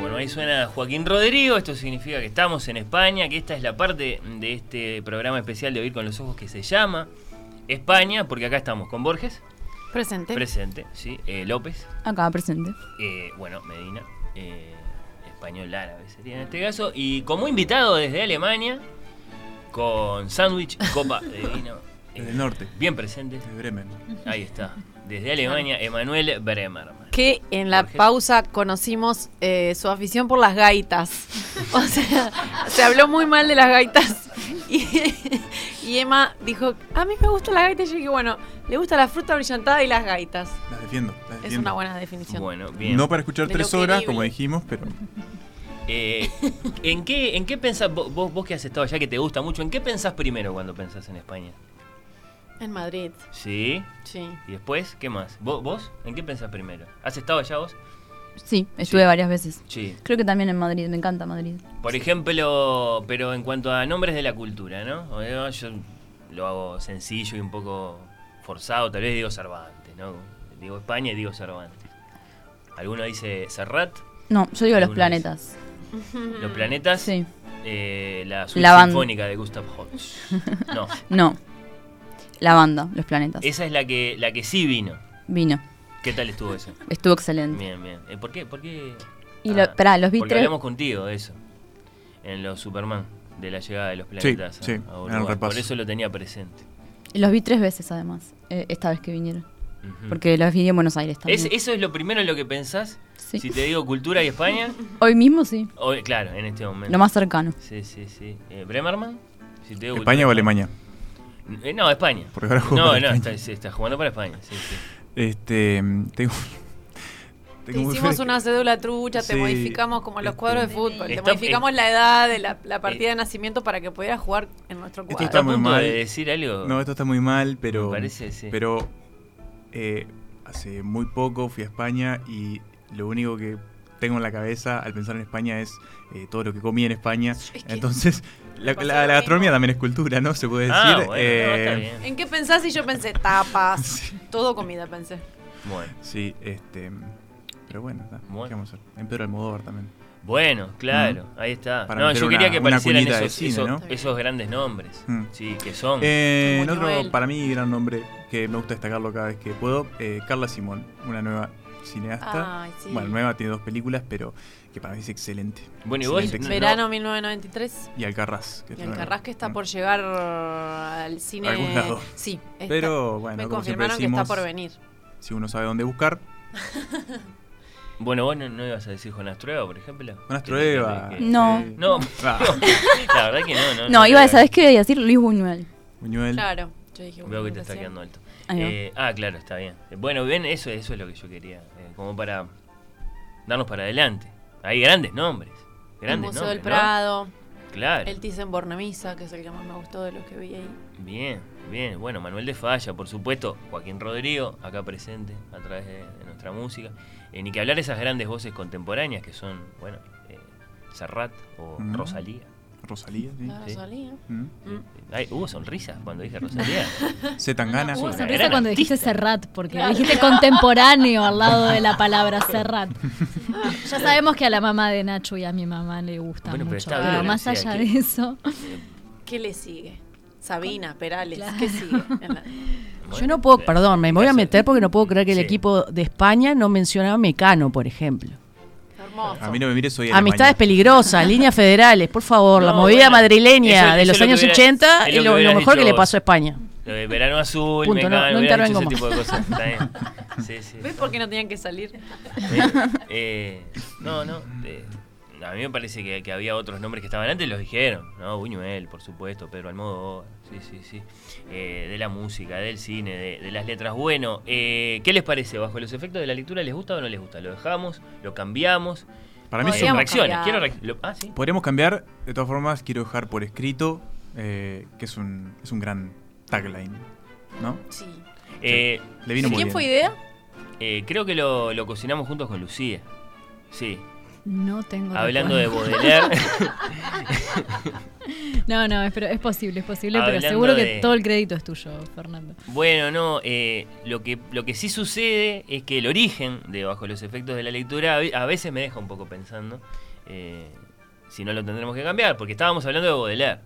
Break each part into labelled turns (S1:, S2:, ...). S1: Bueno, ahí suena Joaquín Rodrigo, esto significa que estamos en España, que esta es la parte de este programa especial de Oír con los Ojos que se llama España, porque acá estamos con Borges,
S2: Presente.
S1: presente, ¿sí? Eh, López,
S3: Acá presente.
S1: eh, bueno, Medina, eh, español árabe sería en este caso, y como invitado desde Alemania, con sándwich, copa de vino,
S4: Desde
S1: eh,
S4: el norte,
S1: bien presente,
S4: desde Bremen.
S1: ahí está, desde Alemania, Emanuel Bremerman.
S2: Que en la
S1: Jorge.
S2: pausa conocimos eh, su afición por las gaitas. O sea, se habló muy mal de las gaitas. Y, y Emma dijo, a mí me gusta la gaita. Y yo dije, bueno, le gusta la fruta brillantada y las gaitas.
S4: Las defiendo, las
S2: Es
S4: defiendo.
S2: una buena definición.
S1: Bueno, bien.
S4: No para escuchar
S2: De
S4: tres
S2: lo
S4: horas,
S2: querible.
S4: como dijimos, pero
S1: Eh, ¿En qué, en qué pensás, vos, vos- vos que has estado allá, que te gusta mucho, en qué pensás primero cuando pensás en España?
S2: En Madrid,
S1: ¿Sí?
S2: sí.
S1: ¿Y después? ¿Qué más? ¿Vos, vos? en qué pensás primero? ¿Has estado allá vos?
S3: Sí, estuve varias veces.
S1: Sí.
S3: Creo que también en Madrid, me encanta Madrid.
S1: Por ejemplo, pero en cuanto a nombres de la cultura, ¿no? O digo, Yo lo hago sencillo y un poco forzado, tal vez digo Cervantes, ¿no? Digo España y digo Cervantes. Alguno dice Serrat,
S3: No, yo digo los
S1: Algunos.
S3: planetas.
S1: Los Planetas,
S3: Sí.
S1: eh, la Suite
S3: La banda.
S1: Sinfónica de Gustav Holst. No,
S3: No. La banda, los planetas.
S1: esa es la que, la que sí vino.
S3: Vino.
S1: ¿Qué tal estuvo eso?
S3: Estuvo excelente.
S1: Bien, bien. Eh, ¿Por qué? ¿Por qué?
S3: Y lo- pará, los vi
S1: Ah, Porque
S3: tres-
S1: hablamos contigo de eso. En los Superman, de la llegada de los planetas a-
S4: sí,
S1: a
S4: en el
S1: Uruguay. Por
S4: repaso.
S1: eso lo tenía presente.
S3: Y Los vi tres veces además, eh, esta vez que vinieron.
S1: Ujú.
S3: Porque los vi en Buenos Aires también.
S1: Es- eso es lo primero en lo que pensás.
S3: Sí.
S1: Si te digo cultura y España,
S3: Hoy mismo sí,
S1: o- claro, en este momento.
S3: lo más cercano.
S1: Sí, sí, sí. Eh, ¿Bremerman? Si te digo
S4: España o
S1: cultura-
S4: Alemania.
S1: Eh, no, España.
S4: Porque ahora juego
S1: no,
S4: para
S1: no,
S4: España.
S1: está, sí, está jugando para España. Sí, sí.
S4: Este, tengo,
S2: Te
S4: muy
S2: hicimos
S4: fresco.
S2: una cédula trucha, te
S4: Sí,
S2: modificamos como los
S4: este-
S2: cuadros de fútbol, te
S1: Está-
S2: modificamos la edad de la, la partida
S1: eh,
S2: de nacimiento para que pudieras jugar en nuestro
S4: Esto
S2: cuadro.
S4: está
S1: a
S4: muy
S1: punto
S4: mal.
S1: de decir algo?
S4: No, esto está muy mal, pero.
S1: Me parece, sí.
S4: Pero eh, hace muy poco fui a España y lo único que tengo en la cabeza al pensar en España es eh, todo lo que comí en España.
S2: Es que-
S4: Entonces, la,
S2: pasa
S4: la-
S2: lo
S4: la
S2: mismo.
S4: gastronomía también es cultura, ¿no? Se puede decir.
S1: Ah, bueno, no,
S4: Eh,
S1: está bien.
S2: ¿En qué pensás? Y yo pensé, tapas. Todo comida pensé.
S1: Bueno.
S4: Sí, este. Pero bueno, está,
S1: Bueno.
S4: ¿qué vamos a hacer? En Pedro Almodóvar también.
S1: Bueno, claro, ahí está.
S4: Mm. Para
S1: no,
S4: meter
S1: yo quería
S4: una-
S1: que
S4: una
S1: aparecieran
S4: cuñita de
S1: esos,
S4: cine,
S1: esos-
S4: ¿no?
S1: esos grandes nombres.
S4: Mm.
S1: Sí, que son.
S4: Eh,
S2: Como
S4: en otro,
S2: Buñuel.
S4: para mí, gran nombre que me gusta destacarlo cada vez que puedo, eh, Carla Simón, una nueva cineasta.
S2: Ay, sí.
S4: Bueno, nueva tiene dos películas, pero que para mí es excelente.
S1: bueno, y vos.
S4: excelente,
S1: no-
S2: Verano 1993.
S4: Y Alcarraz. Que
S2: Y
S4: es nueva.
S2: Alcarrás que está
S4: Mm.
S2: por llegar al cine.
S4: A algún lado.
S2: Sí, está-
S4: Pero bueno,
S2: me
S4: como siempre
S2: confirmaron que
S4: decimos,
S2: está por venir.
S4: si uno sabe dónde buscar,
S1: Bueno, vos no, no ibas a decir Jonás Trueba, por ejemplo.
S4: Buenas
S1: Que- que-
S4: Trueba.
S1: que-
S3: No.
S4: eh,
S1: No,
S4: Ah,
S1: la verdad que no. No,
S3: No, iba a
S1: saber
S3: ¿sabes qué? Iba a decir Luis Buñuel.
S4: Buñuel.
S2: Claro. Yo dije,
S1: Veo
S2: bueno,
S1: que te está
S2: recién.
S1: quedando alto.
S3: Ahí va.
S1: Eh, ah, claro, está bien. Eh, Bueno, bien, eso, eso es lo que yo quería. eh, como para darnos para adelante. Hay grandes nombres.
S2: El
S1: Grandes
S2: Museo del
S1: nombres, ¿no?
S2: Prado.
S1: Claro.
S2: El Thyssen Bornemisza, que es el que más me gustó de los que vi ahí.
S1: Bien, bien. Bueno, Manuel de Falla, por supuesto. Joaquín Rodrigo, acá presente a través de, de nuestra música. Eh, ni que hablar esas grandes voces contemporáneas que son, bueno, eh, Serrat o
S4: Mm.
S1: Rosalía.
S4: Rosalía, sí.
S2: La
S1: Sí.
S2: Rosalía.
S4: Mm.
S2: Mm.
S1: Ay, hubo sonrisas cuando dije Rosalía.
S4: Se tangana.
S3: Hubo
S1: una
S3: sorpresa
S1: gran
S3: cuando dijiste
S1: artista.
S3: Serrat, porque
S2: Claro.
S3: dijiste contemporáneo al lado de la palabra Serrat. Ya sabemos que a la mamá de Nacho y a mi mamá le gusta
S1: Bueno, pero
S3: mucho.
S1: está
S3: pero
S1: bien,
S3: más
S1: o sea,
S3: allá
S1: que-
S3: de eso,
S2: ¿Qué le sigue? Sabina, Perales,
S3: Claro.
S2: ¿qué sigue? En la-
S5: Yo no puedo,
S1: eh,
S5: perdón, me voy a
S1: casi-
S5: meter porque no puedo creer que el
S1: Sí.
S5: equipo de España no mencionaba a Mecano, por ejemplo.
S2: Hermoso.
S4: A mí no me mires, soy alemán.
S5: Amistades peligrosas, líneas federales, por favor, la
S1: No,
S5: movida
S1: bueno,
S5: madrileña
S1: eso-
S5: de los
S1: eso es lo que
S5: años
S1: hubiera-
S5: 80 y
S1: es lo que
S5: lo, lo
S1: hubieras
S5: mejor que
S1: dicho
S5: le
S1: vos.
S5: pasó a España.
S1: Lo de verano azul,
S5: Punto,
S1: me
S5: no-
S1: encanta,
S5: no
S1: hubiera dicho
S5: intervengo
S1: ese tipo de cosas. Está bien. Sí, sí.
S2: ¿Ves por qué no tenían que salir?
S1: Eh, eh, no, no. eh, a mí me parece que, que había otros nombres que estaban antes y los dijeron. No, Buñuel, por supuesto, Pedro Almodóvar. Sí, sí, sí. Eh, de la música, del cine, de, de las letras. Bueno, eh, ¿qué les parece? ¿Bajo los efectos de la lectura les gusta o no les gusta? ¿Lo dejamos? ¿Lo cambiamos? Eh,
S4: Para mí es
S2: Podríamos
S4: un-
S1: Reacciones.
S2: cambiar.
S1: Quiero reac- lo- Ah, sí.
S4: Podríamos cambiar, de todas formas, quiero dejar por escrito eh, que es un, es un gran tagline, ¿no?
S2: Sí.
S1: Eh,
S4: Le vino
S2: ¿De
S4: muy
S2: quién
S4: bien.
S2: fue idea?
S1: eh, creo que lo, lo cocinamos juntos con Lucía. Sí,
S3: no tengo.
S1: hablando de Baudelaire.
S3: recuerdo. No, no, es, pero es posible, es posible,
S1: Hablando
S3: pero seguro que
S1: de-
S3: todo el crédito es tuyo, Fernando.
S1: Bueno, no, eh, lo, que, lo que sí sucede es que el origen de Bajo los efectos de la lectura a ve- a veces me deja un poco pensando eh, si no lo tendremos que cambiar, porque estábamos hablando de Baudelaire,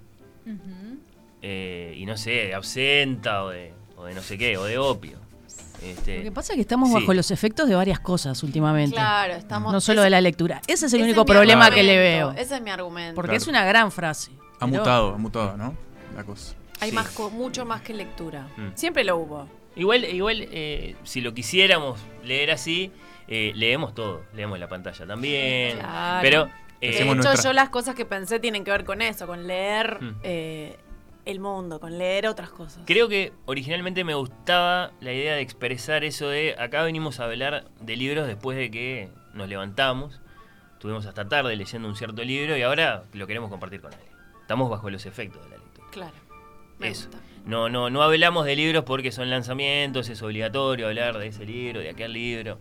S1: eh, y no sé, de absenta o de, o de no sé qué, o de opio. Este,
S5: Lo que pasa es que estamos
S1: Sí.
S5: bajo los efectos de varias cosas últimamente.
S2: Claro, estamos.
S5: No solo de la lectura. Ese es el
S2: Ese
S5: único
S2: mi
S5: problema que
S2: argumento,
S5: le veo.
S2: Ese es mi argumento.
S5: Porque
S4: Claro.
S5: es una gran frase.
S4: Ha
S5: pero-
S4: mutado, ha mutado, ¿no? La cosa.
S2: Hay
S1: Sí.
S2: más co- mucho más que lectura.
S1: Mm.
S2: Siempre lo hubo.
S1: Igual, igual eh, si lo quisiéramos leer así, eh, leemos todo, leemos la pantalla también,
S2: Claro.
S1: pero... eh,
S2: De hecho,
S4: Hacemos nuestra-
S2: yo las cosas que pensé tienen que ver con eso, con leer
S1: Mm.
S2: eh, el mundo, con leer otras cosas.
S1: Creo que originalmente me gustaba la idea de expresar eso de acá venimos a hablar de libros después de que nos levantamos, estuvimos hasta tarde leyendo un cierto libro y ahora lo queremos compartir con alguien. Estamos bajo los efectos de la lectura.
S2: Claro. Me
S1: Eso.
S2: gusta.
S1: No, no, no hablamos de libros porque son lanzamientos, es obligatorio hablar de ese libro, de aquel libro.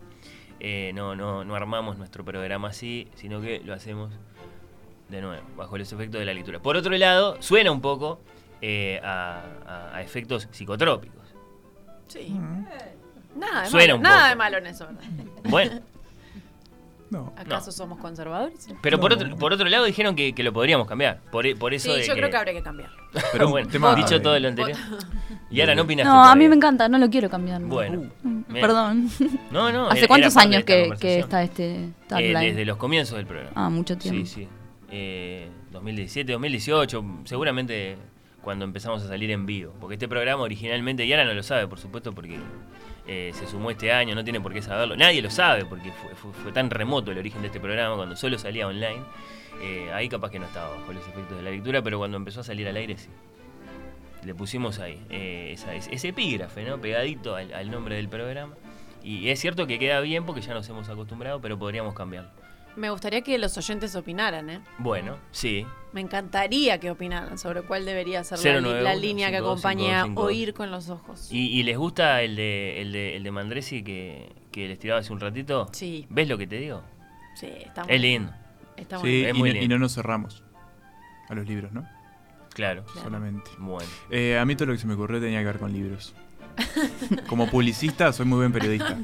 S1: Eh, no, no, no armamos nuestro programa así, sino que lo hacemos de nuevo, bajo los efectos de la lectura. Por otro lado, suena un poco eh, a- a- a efectos psicotrópicos.
S2: Sí.
S5: Mm.
S2: Nada, de
S1: Suena
S2: malo,
S1: un
S2: nada
S1: poco.
S2: de malo en eso, ¿verdad?
S1: Bueno,
S4: No.
S2: ¿Acaso somos conservadores?
S1: pero por
S4: No.
S1: otro, por otro lado dijeron que, que lo podríamos cambiar. Por, e- por
S2: Sí,
S1: eso de
S2: yo creo que habría que cambiarlo.
S4: Pero un
S1: bueno,
S4: tema
S1: dicho
S4: de-
S1: todo lo anterior. Y ahora no opinaste.
S3: No, a mí
S1: todavía.
S3: me encanta, no lo quiero cambiar. no.
S1: Bueno. bien.
S3: Perdón.
S1: No, no.
S3: ¿Hace
S1: era-
S3: cuántos
S1: era parte
S3: años
S1: de
S3: que,
S1: esta
S3: que
S1: conversación.
S3: está este
S1: Eh,
S3: tagline?
S1: desde los comienzos del programa.
S3: Ah, mucho tiempo.
S1: Sí, sí. Eh, 2017, 2018, seguramente cuando empezamos a salir en vivo. Porque este programa originalmente, y ahora no lo sabe, por supuesto, porque eh, se sumó este año, no tiene por qué saberlo. Nadie lo sabe, porque fue, fue- fue tan remoto el origen de este programa, cuando solo salía online. Eh, ahí capaz que no estaba bajo los efectos de la lectura, pero cuando empezó a salir al aire sí. Le pusimos ahí eh, esa- ese ese epígrafe, ¿no? Pegadito al, al nombre del programa. Y es cierto que queda bien porque ya nos hemos acostumbrado, pero podríamos cambiarlo.
S2: Me gustaría que los oyentes opinaran, ¿eh?
S1: Bueno, sí.
S2: Me encantaría que opinaran sobre cuál debería ser la,
S1: 091,
S2: li- la línea que
S1: 52,
S2: acompaña
S1: 52.
S2: oír con los ojos.
S1: ¿Y, y les gusta el de, el de, el de Mandresi que, que les tiraba hace un ratito?
S2: Sí,
S1: ¿Ves lo que te digo?
S2: sí, está muy
S1: Es lindo,
S2: está muy
S4: Sí,
S2: bien.
S1: Es
S4: y,
S1: muy
S4: no, y
S1: lindo.
S4: no nos cerramos a los libros, ¿no?
S1: claro.
S2: Claro.
S4: Solamente.
S1: Bueno.
S4: Eh, a mí todo lo que se me ocurrió tenía que ver con libros. Como publicista soy muy buen periodista.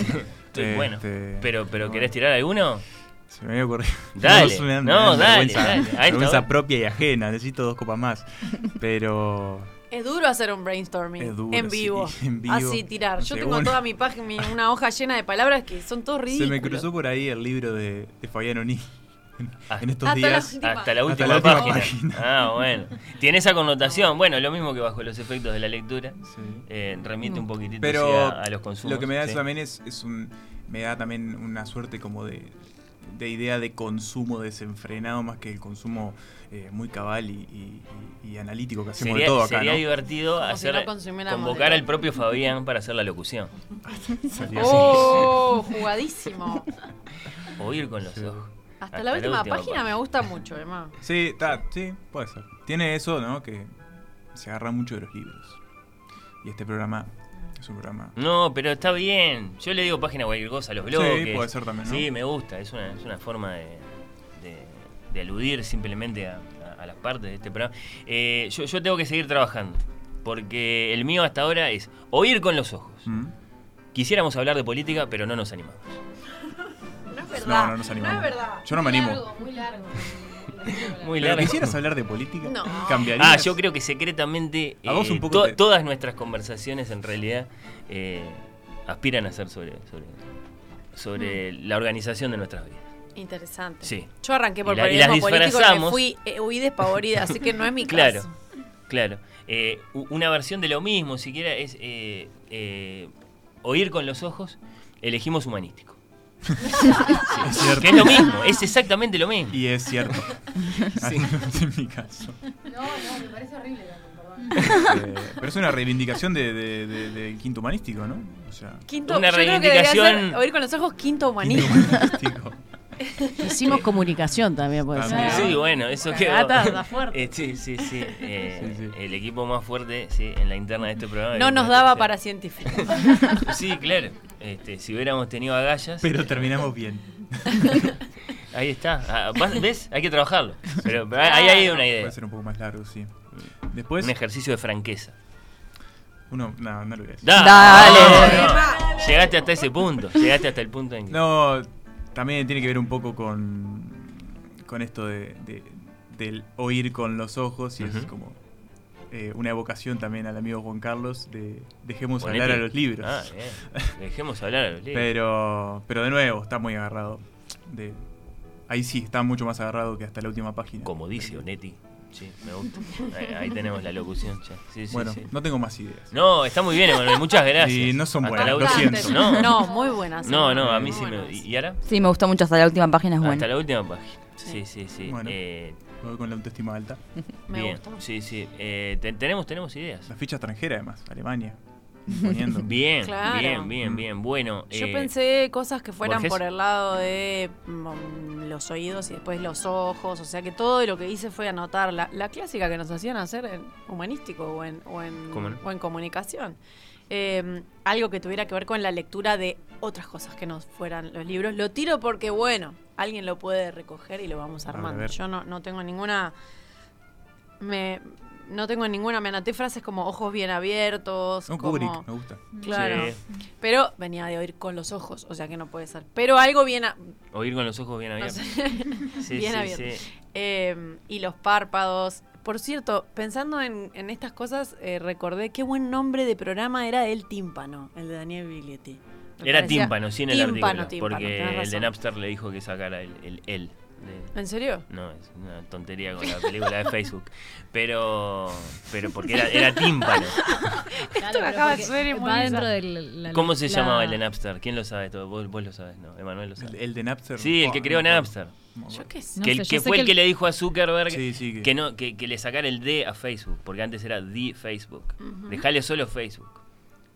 S1: Estoy- bueno,
S4: Este,
S1: pero, pero
S4: bueno.
S1: ¿querés tirar alguno?
S4: Se me había ocurrido.
S1: Dale.
S4: me dan-
S1: No,
S4: me dan
S1: dale,
S4: Vergüenza,
S1: dale. A esta
S4: vergüenza
S1: hora.
S4: propia y ajena. Necesito dos copas más. Pero.
S2: Es duro hacer un brainstorming
S4: Es duro,
S2: en, vivo,
S4: sí, en vivo.
S2: Así tirar. Yo
S4: Ante
S2: tengo
S4: uno.
S2: toda mi página, mi- una hoja llena de palabras que son todos
S4: Se
S2: ridículos.
S4: me cruzó por ahí el libro de, de Fabián Oní. En
S1: Hasta,
S4: estos
S2: Hasta la-
S4: días.
S1: Ah. hasta la
S4: Hasta
S1: última
S4: la última
S1: página.
S4: página.
S1: Ah, bueno. Tiene esa connotación. Bueno, lo mismo que bajo los efectos de la lectura.
S4: Sí.
S1: eh, remite un poquitito
S4: Pero
S1: sí, a, a los consumos.
S4: Lo que me da
S1: sí.
S4: eso también es, es un. Me da también una suerte como de, de idea de consumo desenfrenado más que el consumo eh, muy cabal y, y- y- y analítico que hacemos
S1: Sería,
S4: de todo acá,
S1: sería
S4: ¿no?
S1: divertido
S2: Como si
S1: hacer,
S2: no consumiéramos
S1: convocar
S2: de
S1: al
S2: todo.
S1: propio Fabián para hacer la locución.
S4: Sería así.
S2: ¡Oh! Jugadísimo.
S1: Oír con los ojos.
S2: Hasta, la última página me gusta mucho, Emma.
S4: Sí, está, sí, puede ser. Tiene eso, ¿no? Que se agarra mucho de los libros. Y este programa es un programa.
S1: No, pero está bien. Yo le digo página cualquier cosa, los blogs.
S4: puede ser también, ¿no?
S1: Sí, me gusta. Es una, es una forma de, de- de aludir simplemente a, a- a las partes de este programa. Eh, yo, yo tengo que seguir trabajando. Porque el mío hasta ahora es oír con los ojos.
S4: ¿Mm?
S1: Quisiéramos hablar de política, pero no nos animamos.
S2: No es verdad.
S4: No, no nos animamos. Yo no me animo.
S6: muy largo.
S1: Muy
S4: Pero
S1: largo.
S4: quisieras hablar de política,
S2: No.
S4: cambiarías.
S1: Ah, yo creo que secretamente eh,
S4: A vos un poco te-
S1: todas nuestras conversaciones en realidad eh, aspiran a ser sobre, sobre, sobre la organización de nuestras vidas.
S2: Hmm. Interesante.
S1: Sí.
S2: Yo arranqué por
S1: Y la- y
S2: periodismo
S1: las
S2: político y me
S1: disfrazamos.
S2: fui, eh, huí despavorida, así que no es mi
S1: Claro,
S2: caso.
S1: claro. Eh, u- una versión de lo mismo, siquiera es eh, eh, oír con los ojos, elegimos humanístico. Sí, Que es lo mismo, es exactamente lo mismo.
S4: Y es cierto. Así es en mi caso.
S6: No, no, me parece horrible también, perdón.
S4: Eh, pero es una reivindicación de- de- de- del quinto humanístico, ¿no? O sea.
S2: Quinto,
S1: Una
S2: yo creo que debería
S1: reivindicación-
S2: ser, oír con los ojos quinto
S4: quinto
S2: humanismo.
S4: humanístico.
S5: Hicimos comunicación también, puede
S4: También.
S5: ser.
S1: Sí, bueno, eso quedó.
S5: Cagata, está fuerte.
S1: Eh, sí, sí, sí, eh,
S4: Sí, sí.
S1: El equipo más fuerte sí, en la interna de este programa.
S2: No nos
S1: Sí.
S2: daba para científicos.
S1: Sí, claro. Este, si hubiéramos tenido agallas. eh,
S4: Pero terminamos bien.
S1: Ahí está. Ah, vas- ¿Ves? Hay que trabajarlo. Pero, pero ahí hay una idea. Mm.
S4: Puede ser un poco más largo, sí. Después.
S1: Un ejercicio de franqueza.
S4: Uno, no, no lo voy a decir.
S1: Da-
S5: Dale.
S1: No, no. Llegaste hasta ese punto. Llegaste hasta el punto en que.
S4: No, también tiene que ver un poco con, con esto de, de- del oír con los ojos y es
S1: Ujú.
S4: como eh, una evocación también al amigo Juan Carlos de dejemos
S1: Ponete-
S4: hablar a los libros.
S1: Ah, bien. Dejemos hablar a los libros.
S4: pero, pero de nuevo, está muy agarrado. De, ahí sí, está mucho más agarrado que hasta la última página.
S1: Como dice Onetti. Sí, me gusta. Ahí, ahí tenemos la locución. ya. Sí, sí,
S4: Bueno,
S1: sí.
S4: no tengo más ideas.
S1: No, está muy bien, Emanuel. Muchas gracias.
S4: Y no son
S1: Hasta
S4: buenas,
S1: la
S4: lo
S1: última-
S4: siento.
S1: No, no,
S2: No, muy buenas.
S1: no, a mí
S2: Muy
S1: sí me.
S2: buenas.
S1: ¿Y ahora?
S7: Sí, me gustó mucho hasta la última página, es
S1: Hasta
S7: buena.
S1: la última página. Sí, sí, sí.
S4: Bueno.
S1: Eh,
S4: Me voy con la autoestima alta.
S2: Me
S1: bien.
S2: gusta.
S1: Sí, sí. Eh, te- tenemos, tenemos ideas.
S4: La ficha extranjera, además, Alemania. Poniendo.
S1: Bien,
S2: Claro.
S1: bien, bien, bien. Bueno,
S2: Yo
S1: eh,
S2: pensé cosas que fueran
S1: Borges.
S2: por el lado de mm, los oídos y después los ojos, o sea que todo lo que hice fue anotar la, la clásica que nos hacían hacer en humanístico o en, o en,
S1: ¿Cómo no?
S2: o en comunicación. Eh, algo que tuviera que ver con la lectura de otras cosas que no fueran los libros. Lo tiro porque, bueno, alguien lo puede recoger y lo vamos
S4: Habrá
S2: armando.
S4: que ver.
S2: Yo no, no tengo ninguna... Me, no tengo ninguna, me anoté frases como ojos bien abiertos.
S4: No,
S2: como,
S4: Kubrick, me gusta.
S2: Claro.
S1: Sí.
S2: Pero venía de oír con los ojos, o sea que no puede ser. Pero algo bien, a-
S1: Oír con los ojos bien abiertos. Sí,
S2: bien
S1: sí,
S2: abiertos.
S1: sí.
S2: eh, y los párpados. Por cierto, pensando en, en estas cosas, eh, recordé qué buen nombre de programa era El Tímpano, el de Daniel Biglietti. Me
S1: Era
S2: parecía-
S1: tímpano, sí, en el
S2: tímpano,
S1: artículo.
S2: tímpano, tenés
S1: porque el de
S2: razón.
S1: Napster le dijo que sacara el el. el de-
S2: ¿En serio?
S1: no, es una tontería con la película de Facebook. Pero. Pero porque era, era tímpano.
S3: Claro,
S2: que
S3: pero
S2: acaba de
S3: porque
S2: suceder es muy
S3: Va
S2: bizarro.
S3: dentro del. la-
S1: ¿Cómo se
S3: la-
S1: llamaba el de Napster? ¿Quién lo sabe todo? Vos, vos lo sabes, no. Emanuel lo
S4: El,
S1: sabe.
S4: el de Napster.
S1: Sí, el que
S4: Oh,
S1: creó
S4: no me acuerdo.
S1: Napster.
S4: No me
S2: Yo
S4: acuerdo.
S2: qué sé.
S3: No
S1: que el
S3: sé, yo
S1: que
S3: sé
S1: fue
S3: que
S1: el que le dijo a Zuckerberg
S4: Sí, sí, que-
S1: que no que, que le sacara el D a Facebook, porque antes era The Facebook. Dejale solo Facebook.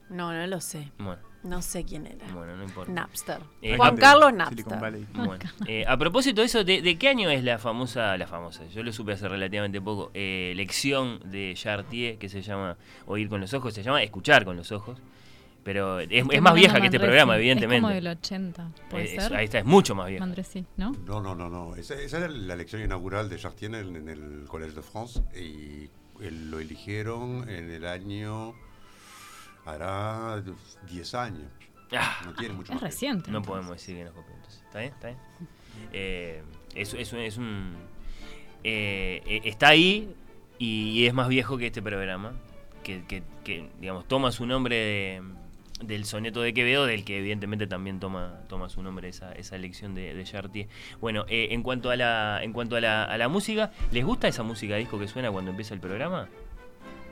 S2: No, no lo sé.
S1: Bueno,
S2: No sé quién era.
S1: bueno, no importa.
S2: Napster.
S1: Eh,
S2: Juan
S1: Napster.
S2: Carlos
S4: Silicon
S2: Napster.
S4: Valley.
S1: Bueno, eh, a propósito de eso, ¿de, de qué año es la famosa, la famosa? Yo lo supe hace relativamente poco, eh, lección de Chartier que se llama Oír con los ojos, se llama Escuchar con los ojos, pero es, es
S3: que Mona
S1: más vieja que
S3: Manresi.
S1: este programa,
S3: Es como
S1: evidentemente.
S3: del 80, puede
S1: Eh, es-
S3: ser.
S1: ahí está, es mucho más vieja.
S3: Mandresi, ¿no?
S8: No, no, no, no. Esa, esa era la lección inaugural de Chartier en, en el Collège de France y eh, lo eligieron en el año. hará 10 años.
S1: Ah,
S8: No tiene mucho
S3: Es
S8: más. que-
S3: reciente.
S1: no
S3: entonces.
S1: podemos decir que nos copió, entonces. ¿Está bien? ¿Está bien? Eh, es, es un- es un... eh, eh, está ahí y, es más viejo que este programa, que, que- que, digamos, toma su nombre de- del soneto de Quevedo, del que evidentemente también toma, toma su nombre esa, esa elección de, de Chartier. Bueno, eh, en cuanto, a la, en cuanto a, la, a la música, ¿les gusta esa música disco que suena cuando empieza el programa?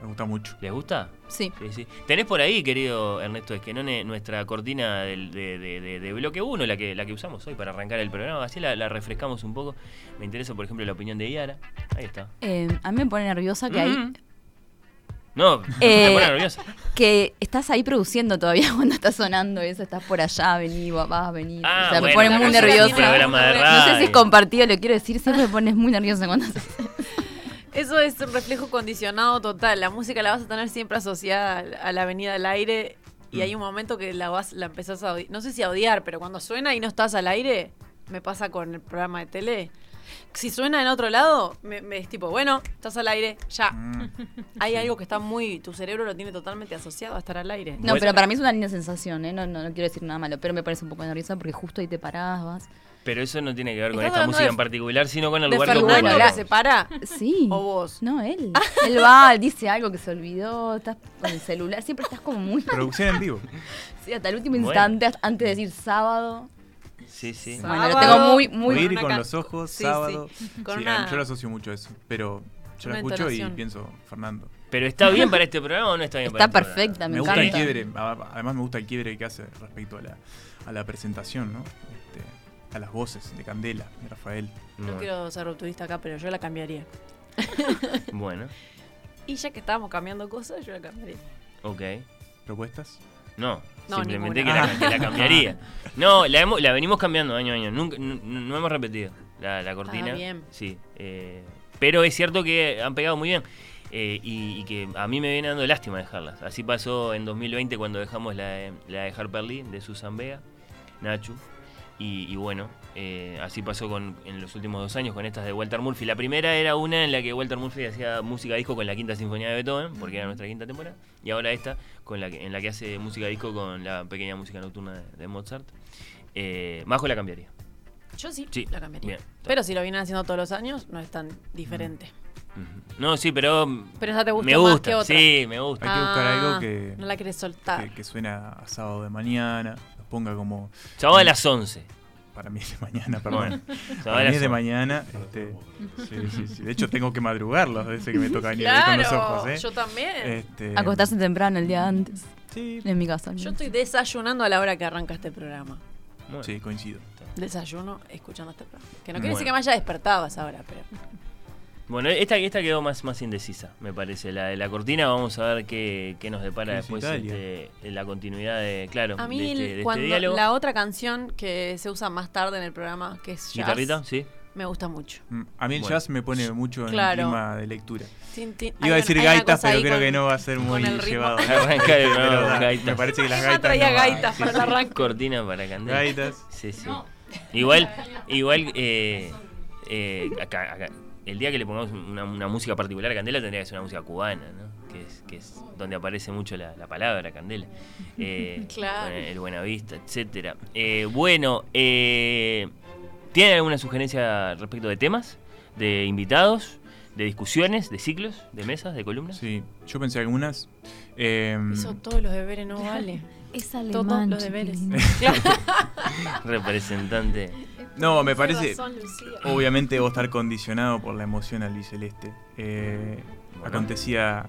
S4: Me gusta mucho.
S1: ¿Les gusta?
S7: Sí.
S1: Sí, sí. Tenés por ahí, querido Ernesto Esquenone, nuestra cortina del- de, de- de- de bloque 1, la que, la que usamos hoy para arrancar el programa. Así la, la refrescamos un poco. Me interesa, por ejemplo, la opinión de Iara. Ahí está. Mm.
S7: Eh, a mí me pone nerviosa que ahí.
S1: No, me
S7: Eh,
S1: pone nerviosa.
S7: que estás ahí produciendo todavía cuando está sonando eso, estás por allá, vení, va- vas a venir.
S1: Ah,
S7: o sea, me
S1: bueno,
S7: pone
S1: la
S7: muy
S1: cosa es un
S7: nerviosa.
S1: programa de
S7: No sé si
S1: radio.
S7: es compartido, lo quiero decir, siempre me pones muy nerviosa cuando haces eso.
S2: Eso es un reflejo condicionado total. La música la vas a tener siempre asociada a la avenida del aire
S1: Mm.
S2: y hay un momento que la vas, la empezás a odi- No sé si a odiar, pero cuando suena y no estás al aire, me pasa con el programa de tele. Si suena en otro lado, me, me es tipo, bueno, estás al aire, ya. Hay algo que está muy. Tu cerebro lo tiene totalmente asociado a estar al aire.
S7: No,
S1: Bueno.
S7: pero para mí es una linda sensación, ¿eh? no, no, no quiero decir nada malo, pero me parece un poco nerviosa porque justo ahí te parás, vas.
S1: Pero eso no tiene que ver con
S2: Estás
S1: esta
S2: hablando
S1: música
S2: de-
S1: en particular, sino con el
S2: De
S1: lugar que
S2: Fernando
S1: ocupa.
S2: que se para.
S7: Sí.
S2: O vos. Ah.
S7: No, él. Él va, él dice algo que se olvidó, estás con el celular, siempre estás como muy...
S4: Producción en vivo.
S7: Sí, hasta el último
S1: Bueno.
S7: instante, hasta antes de decir sábado.
S1: Sí, sí.
S7: Bueno, lo
S2: Sábado.
S7: tengo muy, muy...
S4: Oír y
S2: una
S4: con
S2: ca-
S4: los ojos,
S2: Sí, sí.
S4: sábado.
S2: Con
S4: Sí,
S2: una-
S4: Yo lo asocio mucho a eso, pero yo la
S2: Una
S4: escucho y
S2: entonación.
S4: pienso, Fernando.
S1: Pero está bien para este programa o no está bien
S7: Está
S1: para este programa?
S7: perfecta, me,
S4: Me gusta el
S7: encanta.
S4: quiebre, a- además me gusta el quiebre que hace respecto a la, a la presentación, ¿no? Este, a las voces de Candela, de Rafael.
S2: No
S1: Bueno,
S2: quiero ser rupturista acá, pero yo la cambiaría.
S1: Bueno,
S2: Y ya que estábamos cambiando cosas, yo la cambiaría.
S1: ok.
S4: ¿Propuestas?
S1: No,
S2: No,
S1: simplemente que
S2: ninguna.
S1: la, que la cambiaría. No, la, hemos- la venimos cambiando año a año. Nunca, n- n- no hemos repetido la, la cortina.
S2: Ah, bien.
S1: Sí. eh, pero es cierto que han pegado muy bien. eh, y, y que a mí me viene dando lástima dejarlas. Así pasó en 2020 cuando dejamos la de, la de Harper Lee, de Susan Vega, Nachu. Y, y bueno, eh, así pasó con, en los últimos dos años con estas de Walter Murphy. La primera era una en la que Walter Murphy hacía música disco con la quinta sinfonía de Beethoven, porque era nuestra quinta temporada. Y ahora esta, con la que, en la que hace música disco con la pequeña música nocturna de, de Mozart. Eh, Majo la cambiaría.
S2: Yo sí,
S1: Sí,
S2: la cambiaría.
S1: bien, está
S2: Pero si lo vienen haciendo todos los años, no es tan diferente.
S1: Ujú. No, sí, pero.
S2: Pero esa te gustó
S1: me
S2: más
S1: gusta.
S2: que otra. Ah,
S1: Sí, me gusta.
S4: Hay que buscar algo que-
S2: No la querés soltar.
S4: Que, que suena a sábado de mañana, nos ponga como
S1: Sábado a las 11.
S4: para mí es de mañana,
S1: Bueno,
S4: perdón.
S1: sábado a
S4: Para mí
S1: las
S4: es de
S1: 11.
S4: mañana. este, sí, sí, sí. De hecho, tengo que madrugar las veces que me toca venir ahí con los ojos, ¿eh?
S2: yo también.
S4: Este,
S7: Acostarse temprano el día antes,
S4: Sí,
S7: en mi caso. al
S2: Yo
S7: menos.
S2: estoy desayunando a la hora que arranca este programa.
S1: Bueno,
S4: sí, coincido.
S2: Desayuno escuchando este programa. Que no quiere
S1: Bueno.
S2: decir que me haya despertado a esa hora, pero.
S1: Bueno, esta, esta quedó más, más indecisa, me parece. La de la cortina, vamos a ver qué, qué nos depara
S4: ¿Qué es
S1: después
S4: Italia?
S1: este, en la continuidad de, claro,
S2: A mí,
S1: de este, de este
S2: cuando
S1: diálogo.
S2: la otra canción que se usa más tarde en el programa, que es jazz,
S1: Guitarrita, sí.
S2: me gusta mucho.
S4: Mm, A mí el
S1: Bueno.
S4: jazz me pone mucho en
S2: Claro.
S4: el clima de lectura.
S2: Tin, tin. Hay
S4: Iba
S2: una-
S4: a decir
S2: hay una
S4: gaitas,
S2: cosa
S4: pero
S2: ahí
S4: creo que
S2: con-
S4: no va a ser muy
S2: con el ritmo.
S4: llevado.
S1: Arranca el
S4: Pero
S1: programa
S4: da,
S1: con gaitas.
S4: Me parece que las
S2: Emma
S4: gaitas.
S2: traía
S4: no van.
S2: gaitas
S4: Sí,
S2: para
S4: sí.
S2: la radio.
S1: Cortina para candela.
S4: Gaitas.
S1: Sí, sí. Igual, igual eh, eh, acá- acá, el día que le pongamos una, una música particular a Candela tendría que ser una música cubana, ¿no? Que es, que es donde aparece mucho la, la palabra Candela. Eh,
S2: Claro.
S1: con El Buenavista, etcétera. Eh, bueno, eh, ¿tienen alguna sugerencia respecto de temas? ¿De invitados? ¿De discusiones? ¿De ciclos? ¿De mesas? ¿De columnas?
S4: Sí, yo pensé algunas. Eh,
S2: Hizo todos los deberes, no vale.
S3: Es
S2: Todos
S3: alemán,
S2: los deberes.
S3: chiquilín.
S1: Representante.
S4: no, me parece. Obviamente va a estar condicionado por la emoción al Celeste. Eh,
S1: Bueno.
S4: acontecía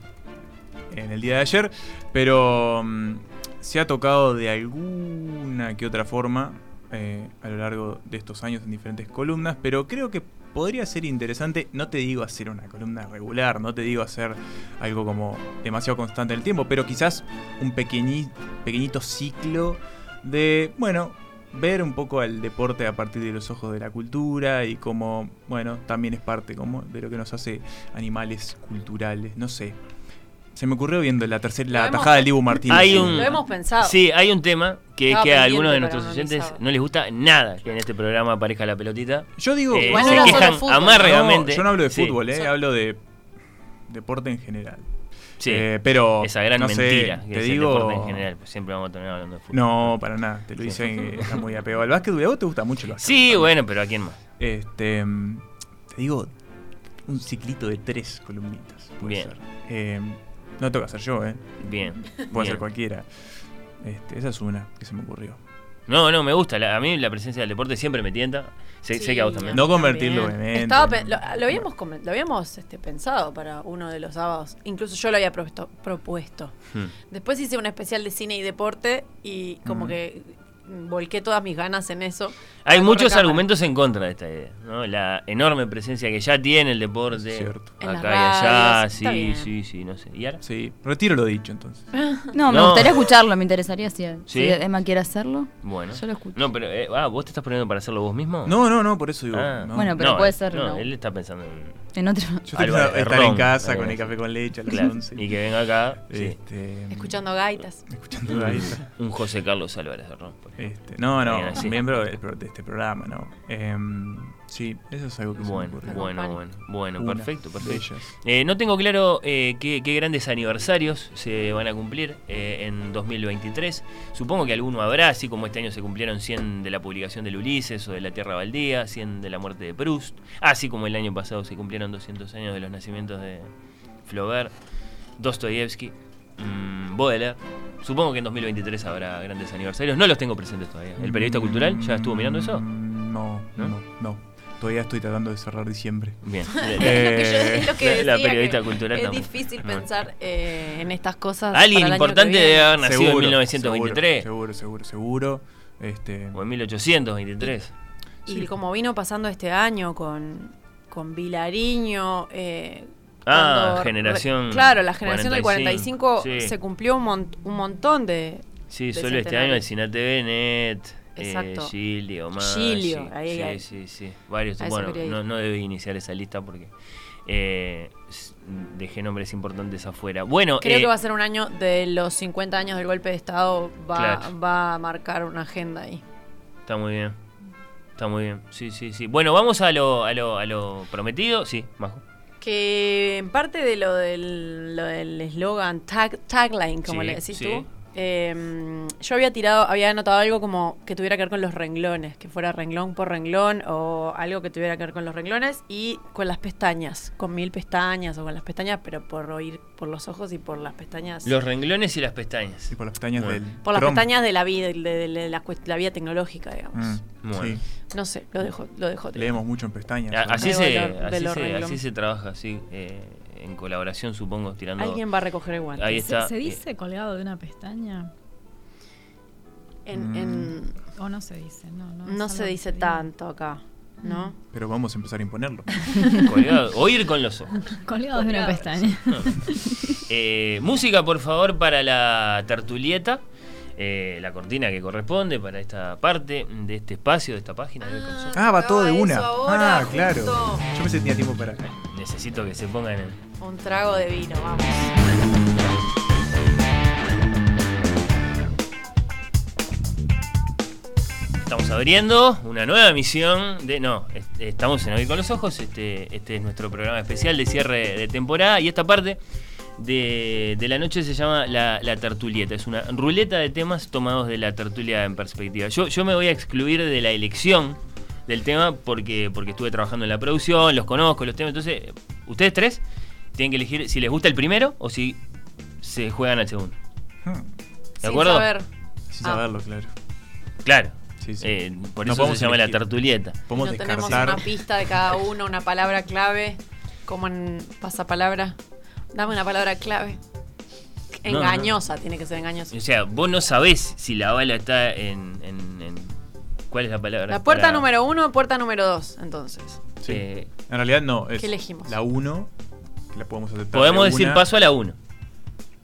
S4: en el día de ayer, pero mm, se ha tocado de alguna que otra forma eh, a lo largo de estos años en diferentes columnas, pero creo que podría ser interesante, no te digo hacer una columna regular, no te digo hacer algo como demasiado constante en el tiempo, pero quizás un pequeñi- pequeñito ciclo de, bueno, ver un poco el deporte a partir de los ojos de la cultura y cómo, bueno, también es parte como de lo que nos hace animales culturales, no sé. Se me ocurrió viendo la tercera
S2: Lo
S4: la
S2: hemos-
S4: tajada de Dibu Martínez.
S1: Hay
S4: en-
S1: un-
S2: Lo hemos pensado.
S1: Sí, hay un tema que es
S2: Estaba
S1: que a algunos de
S2: pendiente,
S1: nuestros
S2: pero no
S1: oyentes
S2: avisaba.
S1: no les gusta nada que en este programa aparezca la pelotita.
S4: Yo digo,
S1: Eh,
S2: Igual no
S1: se
S2: era solo
S1: quejan
S2: fútbol.
S1: amárgamente.
S4: yo no hablo de
S1: Sí,
S4: fútbol, eh, hablo de deporte en general.
S1: sí.
S4: Eh, pero
S1: esa gran
S4: no sé,
S1: mentira que
S4: te
S1: es
S4: digo
S1: el deporte en general. pues siempre vamos a terminar hablando de fútbol.
S4: No, para nada, te lo
S1: Sí.
S4: dicen, eh, está muy apegado al básquet, a vos te gusta mucho el básquet.
S1: Sí, bueno, pero ¿a quién más?
S4: Este, mm, te digo, un ciclito de tres columnitas. Puede
S1: Bien.
S4: ser. Eh, no tengo que hacer yo, ¿eh?
S1: Bien.
S4: Puede
S1: bien.
S4: ser cualquiera. Este, esa es una que se me ocurrió.
S1: No, no, me gusta. la- a mí la presencia del deporte siempre me tienta. Sé, sé que a vos
S2: Sí,
S1: también.
S4: No convertirlo
S2: Bien.
S4: en
S2: Estaba pe- lo, lo habíamos, comen- lo habíamos este, pensado para uno de los sábados. Incluso yo lo había propuesto. propuesto.
S1: Hmm.
S2: Después hice un especial de cine y deporte y como
S4: Mm.
S2: que volqué todas mis ganas en eso.
S1: Hay
S2: La
S1: muchos
S2: correcámara.
S1: argumentos en contra de esta idea, ¿no? La enorme presencia que ya tiene el deporte
S4: Cierto.
S2: En las
S1: acá y allá,
S2: radios,
S1: sí,
S2: está bien.
S1: sí, sí, no sé. ¿Y ahora?
S4: Sí, retiro lo dicho entonces.
S3: Ah.
S7: No, me
S1: No.
S7: gustaría escucharlo, me interesaría si, si
S1: ¿Sí?
S7: Emma quiere hacerlo.
S1: Bueno.
S7: Yo lo escucho.
S1: No, pero eh, ah, vos te estás poniendo para hacerlo vos mismo?
S4: No, no, no, por eso digo.
S1: Ah.
S4: no.
S7: Bueno, pero puede
S1: eh,
S7: ser,
S1: No,
S7: no.
S1: él está pensando en
S7: En otro.
S4: yo estoy
S1: Álvarez,
S4: pensando estar
S1: Ron,
S4: en casa
S1: Álvarez.
S4: con el café con leche a las
S1: Claro,
S4: 11.
S1: y que venga acá, sí.
S4: Este,
S2: Escuchando
S1: Hmm.
S2: gaitas.
S4: escuchando la isla.
S1: Un José Carlos Álvarez de Ron, por ejemplo.
S4: Este, no, no,
S1: Bien, así.
S4: miembro del pro- de este programa, ¿no? Em, sí, eso es algo que se me
S1: Bueno,
S4: ocurre.
S1: bueno, bueno, bueno,
S4: Una
S1: perfecto,
S4: de
S1: perfecto.
S4: ellas.
S1: Eh, no tengo claro eh, qué, qué grandes aniversarios se van a cumplir eh, en 2023. Supongo que alguno habrá, así como este año se cumplieron 100 de la publicación del Ulises o de la Tierra Baldía, 100 de la muerte de Proust, así como el año pasado se cumplieron 200 años de los nacimientos de Flaubert, Dostoyevsky, mm, Baudelaire. Supongo que en 2023 habrá grandes aniversarios. No los tengo presentes todavía. ¿El periodista cultural ya estuvo mirando eso?
S4: Mm, No,
S1: ¿No?
S4: no, no. Todavía estoy tratando de cerrar diciembre.
S1: Bien.
S4: Eh,
S2: es lo que
S1: la, la
S2: decía
S1: periodista
S2: que
S1: cultural
S2: es
S1: también.
S2: difícil
S1: Bueno.
S2: pensar eh, en estas cosas. para
S1: Alguien
S2: el año que
S1: importante
S2: viene.
S1: debe haber nacido en
S4: Seguro,
S1: 1923
S4: Seguro, seguro, seguro. Este,
S1: o en 1823.
S2: Y
S4: Sí.
S2: como vino pasando este año con, con Vilariño. eh,
S1: Ah,
S2: cuando re-
S1: generación
S2: Claro, la generación
S1: 45,
S2: del 45
S1: sí.
S2: se cumplió un, mon- un montón de.
S1: Sí,
S2: Del
S1: solo este
S2: centenario.
S1: año el Cina TV, Net, eh,
S2: Exacto.
S1: Gilio, Maggi,
S2: Gilio, ahí,
S1: sí,
S2: ahí.
S1: sí, sí. Varios.
S2: A eso
S1: Bueno,
S2: quería ir.
S1: no, no debí iniciar esa lista porque eh, s- dejé nombres importantes afuera. Bueno,
S2: Creo
S1: eh,
S2: que va a ser un año de los 50 años del golpe de Estado. Va,
S1: Claro.
S2: va a marcar una agenda ahí.
S1: Está muy bien. Está muy bien. Sí, sí, sí. Bueno, vamos a lo, a lo, a lo prometido. Sí, Majo.
S2: Que en parte de lo del lo del eslogan, tag, tagline, como
S1: Sí,
S2: le decís
S1: sí.
S2: tú, eh, yo había tirado, había anotado algo como que tuviera que ver con los renglones, que fuera renglón por renglón o algo que tuviera que ver con los renglones y con las pestañas, con mil pestañas o con las pestañas, pero por oír por los ojos y por las pestañas.
S1: Los renglones y las pestañas.
S4: sí, por las pestañas
S1: Bueno.
S4: del.
S2: por las
S4: Trump.
S2: pestañas de la vida, de, de- de la, cuest- la vida tecnológica, digamos.
S4: Mm,
S1: Bueno.
S4: Sí,
S2: No sé, lo dejo, lo dejo.
S4: leemos mucho en pestañas.
S1: A- Así
S2: De
S1: se,
S2: valor- de
S1: así,
S2: lo
S1: se,
S2: renglón.
S1: así se trabaja, así, eh, en colaboración, supongo, tirando.
S2: Alguien va a recoger el guante.
S1: Ahí
S3: ¿Se-
S1: está. eh.
S3: ¿Se, dice colgado de una pestaña? Mm.
S2: En- en-
S3: ¿O no se dice? No, no,
S2: no
S3: es
S2: se
S3: algo
S2: dice
S3: que-
S2: tanto acá, ¿no?
S4: Pero vamos a empezar a imponerlo.
S1: Eh, colgado- oír con los ojos.
S3: Colgado de una
S2: Colgado,
S3: pestaña.
S1: Eh, música, por favor, para la tertulieta. eh, la cortina que corresponde para esta parte de este espacio, de esta página. del Consorcio.
S4: Ah, va todo de
S2: Tocaba
S4: una.
S2: eso ahora,
S4: ah, claro.
S2: justo.
S4: Yo me sentía tiempo para.
S1: Necesito que se pongan en.
S2: Un trago de vino, vamos.
S1: Estamos abriendo una nueva emisión de. No, es- estamos en Oír con los Ojos. Este, este es nuestro programa especial de cierre de temporada. Y esta parte de, de la noche se llama la, la tertulieta. Es una ruleta de temas tomados de la tertulia en perspectiva. Yo, yo me voy a excluir de la elección del tema porque, porque estuve trabajando en la producción, los conozco, los temas. Entonces, ustedes tres tienen que elegir si les gusta el primero o si se juegan al segundo.
S4: Hmm,
S1: ¿De acuerdo?
S2: Saber.
S4: Sin
S2: Ah.
S4: saberlo, claro.
S1: Claro.
S4: Sí, sí.
S1: Eh, por
S4: No
S1: eso se
S4: podemos
S1: llama la
S4: elegir.
S1: tertulieta.
S4: Podemos
S2: no tenemos
S4: descartar.
S2: una pista de cada uno, una palabra clave, como en pasapalabra. Dame una palabra clave.
S1: no.
S2: Engañosa, tiene que ser engañosa.
S1: O sea, vos no sabés si la bala está en. en- en- ¿Cuál es la palabra?
S2: La puerta
S1: Para-
S2: número uno, puerta número dos, entonces.
S4: Sí.
S1: Eh,
S4: En realidad no. Es
S2: ¿Qué elegimos?
S4: La 1, que la podemos aceptar.
S1: podemos
S4: de
S1: decir
S4: una.
S1: paso a la 1.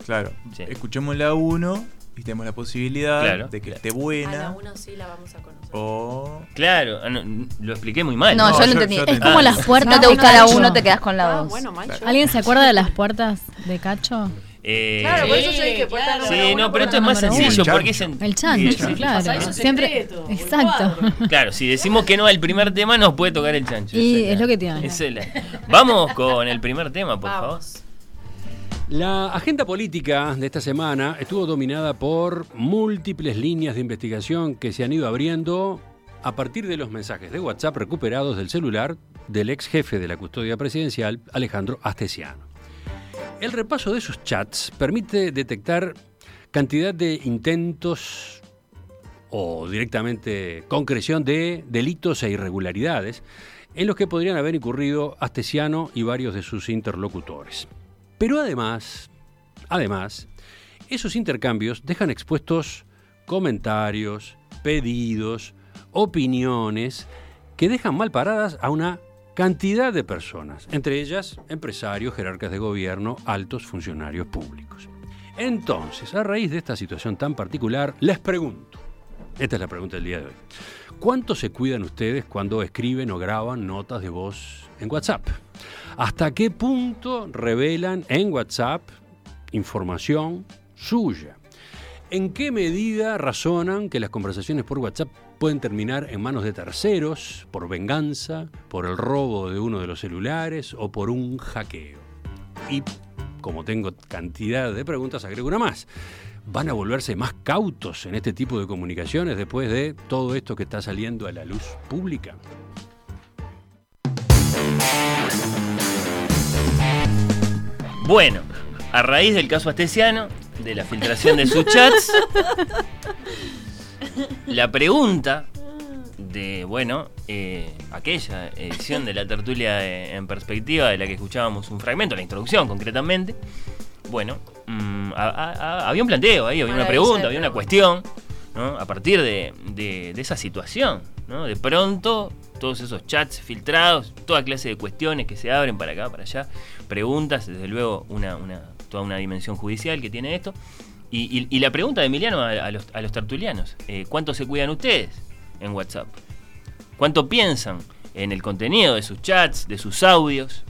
S4: Claro.
S1: Sí.
S4: Escuchemos la 1 y tenemos la posibilidad
S1: Claro.
S4: de que esté buena.
S2: sí la vamos a conocer.
S4: O.
S1: Claro, ah, no, lo expliqué muy mal.
S7: No,
S4: No,
S7: yo
S4: yo-
S7: lo entendí.
S4: yo te
S7: es como
S1: entendí.
S7: las puertas,
S3: No,
S7: te busca la
S3: no,
S7: uno,
S3: no.
S7: te quedas con la
S2: Ah,
S7: dos.
S2: bueno, Mancho.
S3: ¿Alguien se acuerda de las puertas de Cacho?
S1: Eh,
S2: Claro, por eso
S1: sí,
S2: yo dije puerta
S6: claro.
S2: número uno.
S1: no, pero
S3: puerta
S1: esto es más
S3: número
S1: sencillo
S4: uno.
S1: porque es en-
S3: El chancho,
S1: Sí, sí.
S3: claro.
S6: Pasadizo secreto, el
S3: Exacto.
S6: cuadro.
S1: Claro, si decimos que no al primer tema, nos puede tocar el chancho.
S3: Y
S1: Esa la-
S3: es lo que te iba a hablar.
S1: esa es la- Vamos con el primer tema, por
S2: Vamos.
S9: La agenda política de esta semana estuvo dominada por múltiples líneas de investigación que se han ido abriendo a partir de los mensajes de WhatsApp recuperados del celular del ex jefe de la custodia presidencial, Alejandro Astesiano. El repaso de esos chats permite detectar cantidad de intentos o directamente concreción de delitos e irregularidades en los que podrían haber incurrido Astesiano y varios de sus interlocutores. Pero además, además, esos intercambios dejan expuestos comentarios, pedidos, opiniones que dejan mal paradas a una cantidad de personas, entre ellas empresarios, jerarcas de gobierno, altos funcionarios públicos. Entonces, a raíz de esta situación tan particular, les pregunto, esta es la pregunta del día de hoy, ¿cuánto se cuidan ustedes cuando escriben o graban notas de voz en WhatsApp? ¿Hasta qué punto revelan en WhatsApp información suya? ¿En qué medida razonan que las conversaciones por WhatsApp pueden terminar en manos de terceros por venganza, por el robo de uno de los celulares o por un hackeo? Y como tengo cantidad de preguntas, agrego una más. ¿Van a volverse más cautos en este tipo de comunicaciones después de todo esto que está saliendo a la luz pública?
S1: Bueno, a raíz del caso Astesiano, de la filtración de sus chats, la pregunta de, bueno, eh, aquella edición de la tertulia de- en perspectiva de la que escuchábamos un fragmento, la introducción concretamente, bueno, mm, a- a- a- había un planteo ahí, había una
S10: Maravilla
S1: pregunta,
S10: de
S1: había una cuestión, ¿no? A partir de, de- de esa situación, ¿no? De pronto, todos esos chats filtrados, toda clase de cuestiones que se abren para acá, para allá, preguntas, desde luego, una, una- toda una dimensión judicial que tiene esto. Y, y- y la pregunta de Emiliano a, a los, a los tertulianos, eh, ¿cuánto se cuidan ustedes en WhatsApp? ¿Cuánto piensan en el contenido de sus chats, de sus audios?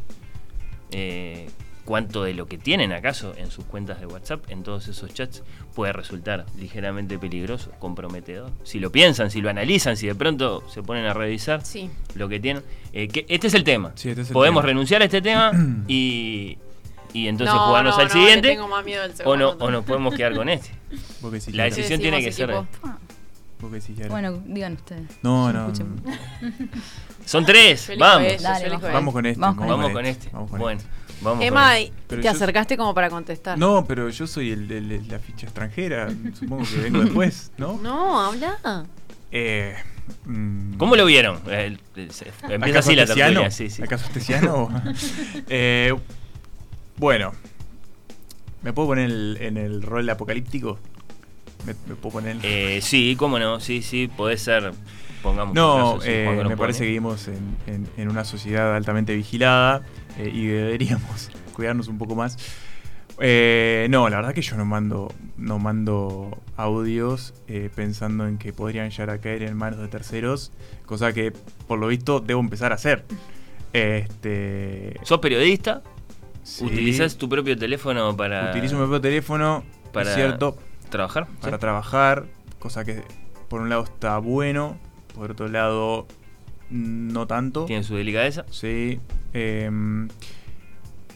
S1: Eh, ¿Cuánto de lo que tienen acaso en sus cuentas de WhatsApp, en todos esos chats, puede resultar ligeramente peligroso, comprometedor? Si lo piensan, si lo analizan, si de pronto se ponen a revisar
S2: Sí.
S1: lo que tienen. eh, que este es el tema.
S4: Sí, este es el
S1: Podemos
S4: tema.
S1: renunciar a este tema y, y entonces
S2: No,
S1: jugarnos
S2: no,
S1: al
S2: no,
S1: siguiente.
S2: le tengo más miedo al
S1: o, no,
S2: segundo.
S1: o nos podemos quedar con este.
S4: Vos que sí,
S1: La
S4: Yara.
S1: decisión
S2: Sí,
S1: tiene
S2: sí,
S1: que ser. este.
S2: equipo.
S4: Vos que sí, Yara.
S7: Ah, Bueno, digan ustedes.
S4: No, no.
S7: Escuchen.
S1: Son tres,
S2: Yo elijo
S1: vamos.
S2: ese, yo elijo
S4: Vamos
S2: ese.
S4: con este.
S7: Vamos
S1: Vamos, con este.
S4: Vamos con
S1: bueno, vamos
S2: Emma,
S1: con este.
S2: y-
S4: Pero
S2: te
S4: yo-
S2: acercaste como para contestar.
S4: No, pero yo soy el, el- el- la ficha extranjera. Supongo que vengo después, ¿no?
S2: No, habla.
S4: Eh, mm,
S1: ¿Cómo lo vieron? Eh, el- se- empieza
S4: ¿Acaso
S1: así la
S4: Astesiano?
S1: tertulia. Sí, sí.
S4: ¿Acaso Astesiano? Eh, bueno, ¿me puedo poner el- en el rol apocalíptico? ¿Me, me puedo poner en-
S1: Eh, sí, cómo no. Sí, sí, puede ser. Pongamos.
S4: No,
S1: un caso, sí,
S4: eh,
S1: Juan
S4: me
S1: Corompone.
S4: parece que vivimos en, en- en una sociedad altamente vigilada eh, y deberíamos cuidarnos un poco más. Eh, no, la verdad que yo no mando, no mando audios eh, pensando en que podrían llegar a caer en manos de terceros, cosa que por lo visto debo empezar a hacer. Este,
S1: ¿Sos periodista?
S4: sí,
S1: ¿Utilizás tu propio teléfono para
S4: utilizo mi propio teléfono,
S1: para-
S4: es cierto,
S1: trabajar? ¿Sí?
S4: para trabajar, cosa que por un lado está bueno, por otro lado no tanto.
S1: Tiene su delicadeza.
S4: Sí. em,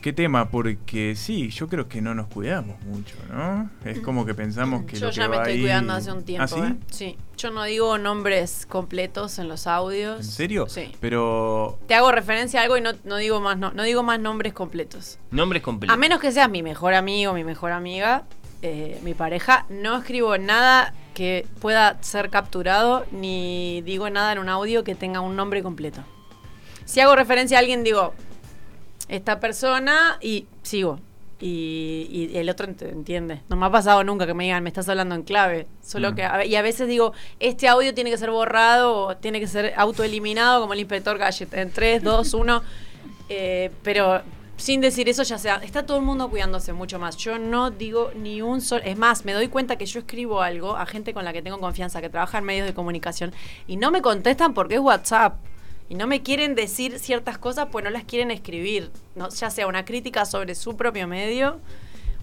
S4: ¿Qué tema? Porque sí, yo creo que no nos cuidamos mucho, ¿no? Es como que pensamos que
S2: Yo
S4: lo que
S2: ya me
S4: va
S2: estoy
S4: ahí-
S2: cuidando hace un tiempo.
S4: ¿Ah, sí?
S2: ¿eh? Sí. Yo no digo nombres completos en los audios.
S4: ¿En serio?
S2: Sí.
S4: Pero
S2: Te hago referencia a algo y no, no digo más no, no digo más nombres completos.
S1: Nombres
S2: A
S1: completos.
S2: menos que seas mi mejor amigo, mi mejor amiga, eh, mi pareja, no escribo nada que pueda ser capturado ni digo nada en un audio que tenga un nombre completo. Si hago referencia a alguien, digo, esta persona y sigo. Y, y el otro ent- entiende. No me ha pasado nunca que me digan, me estás hablando en clave. Solo que, a ve- y a veces digo, este audio tiene que ser borrado o tiene que ser autoeliminado como el inspector Gadget. En 3, 2, 1. Eh, pero sin decir eso, ya sea, está todo el mundo cuidándose mucho más. Yo no digo ni un solo. Es más, me doy cuenta que yo escribo algo a gente con la que tengo confianza, que trabaja en medios de comunicación, y no me contestan porque es WhatsApp. Y no me quieren decir ciertas cosas, pues no las quieren escribir. ¿no? Ya sea una crítica sobre su propio medio,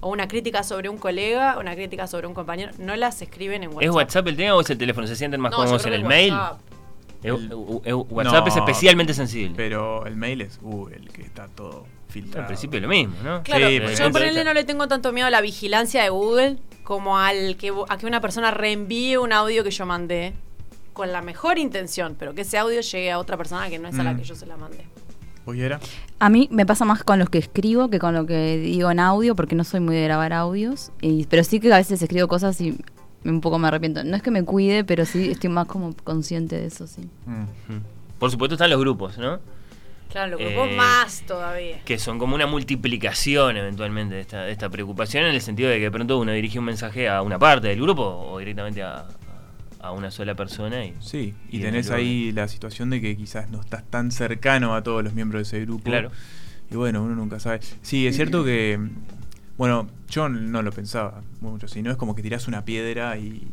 S2: o una crítica sobre un colega, o una crítica sobre un compañero. No las escriben en WhatsApp.
S1: ¿Es WhatsApp el tema o es el teléfono? ¿Se sienten más
S2: No, yo
S1: cómodos en
S2: creo
S1: el
S2: que
S1: mail?
S2: WhatsApp.
S1: Eh, u- u- u- WhatsApp es especialmente sensible.
S4: Pero el mail es uh, el que está todo filtrado.
S1: Al principio lo mismo, ¿no?
S2: Claro,
S4: Sí,
S1: pero
S2: yo por
S1: entonces-
S2: no le tengo tanto miedo a la vigilancia de Google como al que, a que una persona reenvíe un audio que yo mandé con la mejor intención, pero que ese audio llegue a otra persona que no es a la
S4: Mm.
S2: que yo se la mandé.
S4: ¿Vos, Yara?
S7: A mí me pasa más con los que escribo que con lo que digo en audio, porque no soy muy de grabar audios. Y- pero sí que a veces escribo cosas y un poco me arrepiento. No es que me cuide, pero sí estoy más como consciente de eso, sí.
S4: Mm.
S1: Por supuesto están los grupos, ¿no?
S2: Claro, lo
S1: Eh,
S2: que más todavía.
S1: Que son como una multiplicación eventualmente de esta, de esta preocupación en el sentido de que de pronto uno dirige un mensaje a una parte del grupo o directamente a, a una sola persona y
S4: Sí, y,
S1: Y
S4: tenés
S1: el-
S4: ahí la situación de que quizás no estás tan cercano a todos los miembros de ese grupo.
S1: Claro.
S4: Y bueno, uno nunca sabe. Sí, es cierto que. Bueno, yo no lo pensaba mucho, sino es como que tirás una piedra y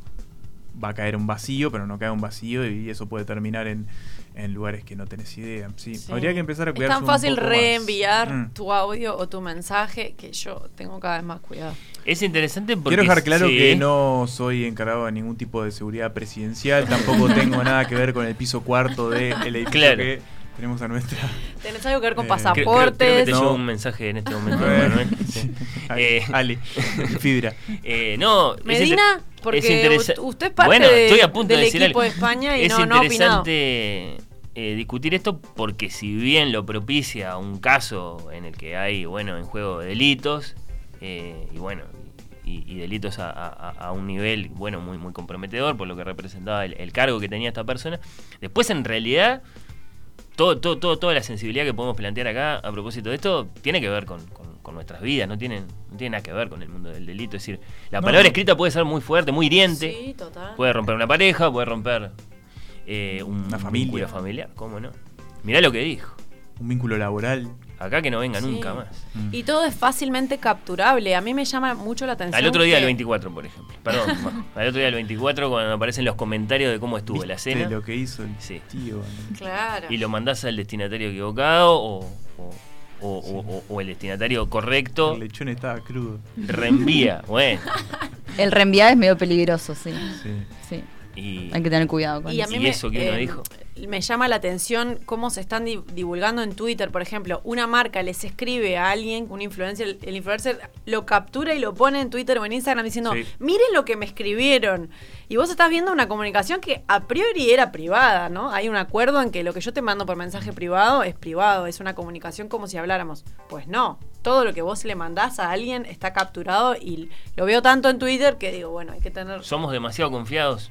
S4: va a caer un vacío, pero no cae un vacío y eso puede terminar en, en lugares que no tenés idea. Sí,
S2: Sí.
S4: habría que empezar a
S2: Es
S4: cuidarse
S2: tan fácil
S4: un poco más.
S2: reenviar
S4: Mm.
S2: tu audio o tu mensaje que yo tengo cada vez más cuidado.
S1: es interesante porque
S4: Quiero dejar claro
S1: sí,
S4: que no soy encargado de ningún tipo de seguridad presidencial, tampoco tengo nada que ver con el piso cuarto del edificio
S1: Claro.
S4: que tenemos a nuestra...
S2: ¿Tenés algo que ver con
S4: Eh,
S1: Cre- creo- creo que
S2: pasaportes?
S1: te
S4: No.
S1: llegó un mensaje en este momento.
S4: Eh,
S1: Manuel. Sí. Eh,
S4: Ale, Fibra.
S1: eh, no, es
S2: Medina,
S1: inter-
S2: porque
S1: es interesa-
S2: u- usted es parte
S1: Bueno,
S2: de-
S1: estoy a punto
S2: del
S1: de decir
S2: equipo
S1: algo.
S2: de España y
S1: es
S2: no, no ha opinado.
S1: interesante eh, discutir esto porque si bien lo propicia un caso en el que hay, bueno, en juego delitos eh, y bueno, y, y delitos a, a- a un nivel, bueno, muy, muy comprometedor por lo que representaba el, el cargo que tenía esta persona. Después, en realidad, todo, todo, todo- toda la sensibilidad que podemos plantear acá a propósito de esto tiene que ver con, con- con nuestras vidas, no tiene, no tiene nada que ver con el mundo del delito. Es decir, la
S4: No,
S1: palabra
S4: no.
S1: escrita puede ser muy fuerte, muy hiriente.
S2: Sí, total.
S1: Puede romper una pareja, puede romper eh, un-
S4: Una
S1: un
S4: familia.
S1: vínculo familiar, ¿cómo no? Mirá lo que dijo.
S4: Un vínculo laboral.
S1: Acá que no venga
S2: Sí.
S1: nunca más.
S4: Mm.
S2: Y todo es fácilmente capturable. A mí me llama mucho la atención.
S1: Al otro día
S2: que-
S1: del 24, por ejemplo. Perdón, Majo. al otro día del 24 cuando aparecen los comentarios de cómo estuvo la
S4: ¿Viste
S1: cena
S4: lo que hizo el
S1: Sí.
S4: tío.
S2: Claro.
S1: y lo mandás al destinatario equivocado o, o- o- o- o- o el destinatario correcto
S4: El lechón estaba crudo.
S1: reenvía. Bueno,
S7: El reenviar es medio peligroso, sí.
S4: Sí.
S7: sí.
S1: y
S7: Hay que tener cuidado con
S2: Y a
S7: eso.
S2: mí
S1: ¿Y
S2: me, eh,
S1: eso
S3: eh,
S1: que uno dijo?
S2: Me llama la atención cómo se están di- divulgando en Twitter, por ejemplo, una marca les escribe a alguien, un influencer, el influencer lo captura y lo pone en Twitter o en Instagram diciendo,
S4: Sí.
S2: miren lo que me escribieron. Y vos estás viendo una comunicación que a priori era privada, ¿no? Hay un acuerdo en que lo que yo te mando por mensaje privado es privado, es una comunicación como si habláramos. Pues no, todo lo que vos le mandás a alguien está capturado y lo veo tanto en Twitter que digo, bueno, hay que tener...
S1: somos demasiado confiados.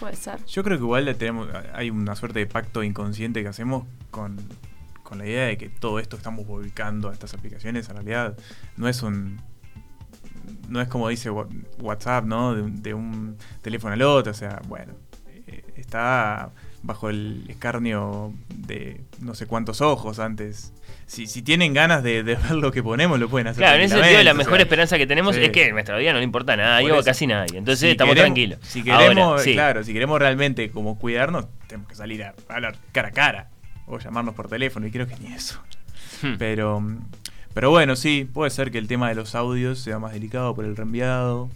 S2: Puede ser.
S4: Yo creo que igual le tenemos, hay una suerte de pacto inconsciente que hacemos con, con la idea de que todo esto que estamos ubicando a estas aplicaciones en realidad no es un... No es como dice Wha- WhatsApp, ¿no? De, un- de un teléfono al otro, o sea, bueno, eh, está bajo el escarnio de no sé cuántos ojos antes. Si, si tienen ganas de, de ver lo que ponemos, lo pueden hacer.
S1: Claro, en ese sentido
S4: tranquilamente,
S1: la
S4: o
S1: mejor
S4: sea,
S1: esperanza que tenemos
S4: sí.
S1: es que en nuestra vida no le importa nada,
S4: Por
S1: yo
S4: eso.
S1: casi nadie. Entonces
S4: Si
S1: estamos
S4: queremos-
S1: tranquilos.
S4: Si queremos, eh,
S1: Ahora, sí.
S4: claro, si queremos realmente como cuidarnos, tenemos que salir a hablar cara a cara o llamarnos por teléfono y creo que ni eso.
S1: Hmm.
S4: Pero mm, pero bueno, sí, puede ser que el tema de los audios sea más delicado por el reenviado.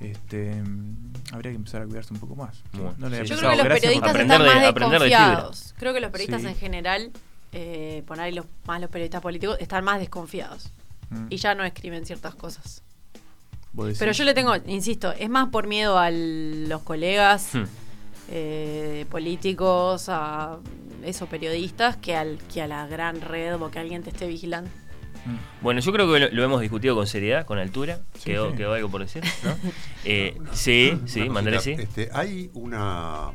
S4: Este, mm, habría que empezar a cuidarse un poco más.
S1: Bueno,
S4: le había
S1: sí.
S2: Yo
S4: pensado.
S2: creo que
S4: Gracias
S2: los
S4: por
S2: periodistas
S4: la
S1: aprender
S2: están
S1: de-
S2: más
S1: aprender de
S2: desconfiados. creo que los periodistas
S4: Sí.
S2: en general, eh, por ahí los, más los periodistas políticos, están más desconfiados
S4: Mm,
S2: y ya no escriben ciertas cosas.
S4: vos decís.
S2: Pero yo le tengo, insisto, es más por miedo a los colegas
S1: Hmm.
S4: Mm.
S2: eh, políticos, a esos periodistas, que, al, que a la gran red o que alguien te esté vigilando.
S4: Mm.
S1: Bueno, yo creo que lo, lo hemos discutido con seriedad, con altura.
S4: Sí,
S1: quedó,
S4: sí.
S1: quedó algo por decir. ¿no? Eh, sí, sí,
S8: Una
S1: Mandré sí.
S8: cosita, este, hay una,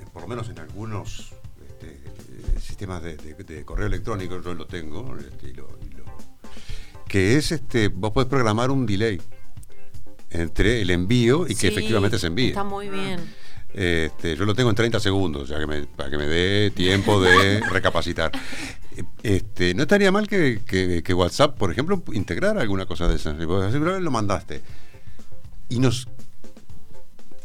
S8: eh, por lo menos en algunos este, eh, sistemas de, de- de correo electrónico, yo lo tengo, este, y lo- y lo- que es, este, vos podés programar un delay entre el envío y que
S2: Sí,
S8: efectivamente se envíe.
S2: Está muy bien.
S1: Mm.
S8: Este, yo lo tengo en 30 segundos, ya que me, para que me dé tiempo de recapacitar. Este, no estaría mal que, que- que WhatsApp, por ejemplo, integrara alguna cosa de esas. Y vos decís, "Bro, lo mandaste. Y nos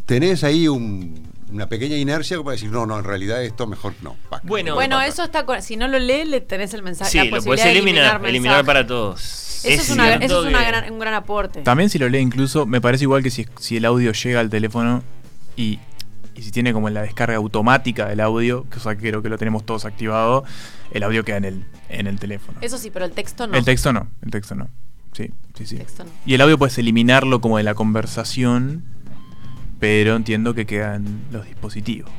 S8: tenés ahí un- una pequeña inercia para decir, no, no, en realidad esto mejor no. Pa-
S1: Bueno.
S8: no
S2: bueno,
S8: pasa".
S2: eso está. con- Si no lo lees, le tenés el mensaje.
S1: Sí,
S2: la
S1: lo puedes
S2: posibilidad de
S1: eliminar,
S2: eliminar,
S1: eliminar
S2: mensajes.
S1: para todos.
S2: Eso es, una-
S1: cierto
S2: eso es una
S1: que-
S2: gran- un gran aporte.
S4: También si lo lee incluso, me parece igual que si, si el audio llega al teléfono y, y si tiene como la descarga automática del audio, que o sea, creo que lo tenemos todos activado, el audio queda en el, en el teléfono.
S2: Eso sí, pero el texto no.
S4: El texto no, el texto no. Sí, sí, sí.
S2: El texto no.
S4: Y el audio puedes eliminarlo como de la conversación, pero entiendo que quedan los dispositivos.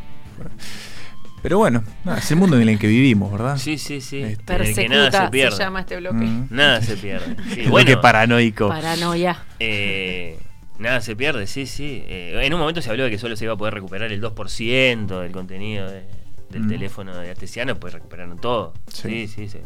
S4: Pero bueno, nada, es el mundo en el que vivimos, ¿verdad?
S1: Ah. Sí, sí, sí.
S4: Este-
S1: En el que nada se
S2: Persecuta se,
S1: pierde.
S2: llama este bloque.
S4: Mm.
S1: Nada se pierde. Sí,
S4: Lo
S1: bueno,
S4: que paranoico.
S2: Paranoia.
S1: eh, nada se pierde, sí, sí. Eh, en un momento se habló de que solo se iba a poder recuperar el 2% del contenido de- del
S4: Mm.
S1: teléfono de Artesiano, pues recuperaron todo.
S4: Sí.
S1: Sí, sí, sí.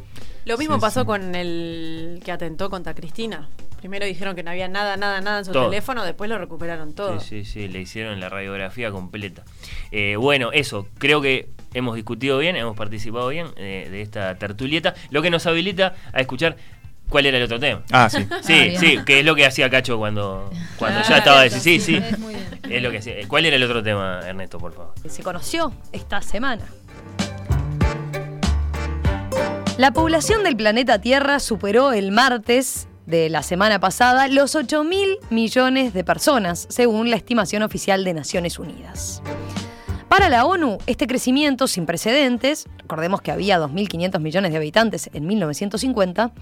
S2: Lo mismo
S4: Sí,
S2: pasó
S4: sí.
S2: con el que atentó contra Cristina. Primero dijeron que no había nada, nada, nada en su
S1: Todo.
S2: teléfono, después lo recuperaron todo.
S1: Sí, sí, sí, le hicieron la radiografía completa. Eh, bueno, eso, creo que hemos discutido bien, hemos participado bien eh, de esta tertulieta, lo que nos habilita a escuchar cuál era el otro tema.
S4: Ah, sí.
S3: Ah,
S1: Sí,
S3: bien.
S1: sí, que es lo que hacía Cacho cuando, cuando ya
S2: Claro,
S1: estaba de sí, sí.
S3: Es muy bien.
S1: Es lo que hacía. ¿Cuál era el otro tema, Ernesto, por favor?
S10: se conoció esta semana. La población del planeta Tierra superó el martes de la semana pasada los 8 mil millones de personas, según la estimación oficial de Naciones Unidas. Para la ONU, este crecimiento sin precedentes, recordemos que había 2.500 millones de habitantes en 1950,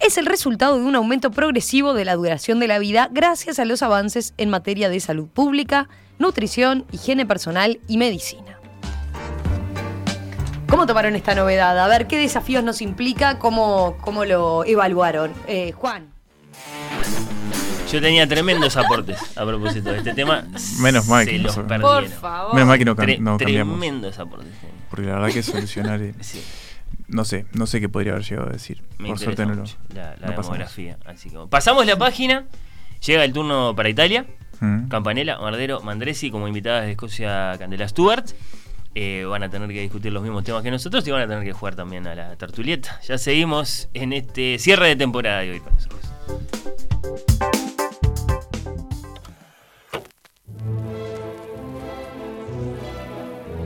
S10: es el resultado de un aumento progresivo de la duración de la vida gracias a los avances en materia de salud pública, nutrición, higiene personal y medicina. ¿Cómo tomaron esta novedad? A ver, ¿qué desafíos nos implica? ¿Cómo, cómo lo evaluaron? Eh, Juan.
S1: Yo tenía tremendos aportes a propósito de este tema.
S4: Menos mal
S1: Se
S4: que
S1: los
S4: nosotros-
S1: perdieron.
S2: Por favor.
S4: Menos mal que no, cam-
S1: Tre-
S4: no cambiamos.
S1: tremendos aportes.
S4: Porque la verdad que solucionar. eh,
S1: Sí.
S4: No sé, no sé qué podría haber llegado a decir.
S1: Me
S4: Por
S1: interesa
S4: suerte no lo.
S1: mucho la, la
S4: no pasamos.
S1: demografía. Así que bueno. pasamos la página. Llega el turno para Italia.
S4: Mm.
S1: Campanella, Mardero, Mandresi como invitadas de Escocia Candela Stewart. Eh, van a tener que discutir los mismos temas que nosotros y van a tener que jugar también a la tertulieta. Ya seguimos en este cierre de temporada de hoy para nosotros.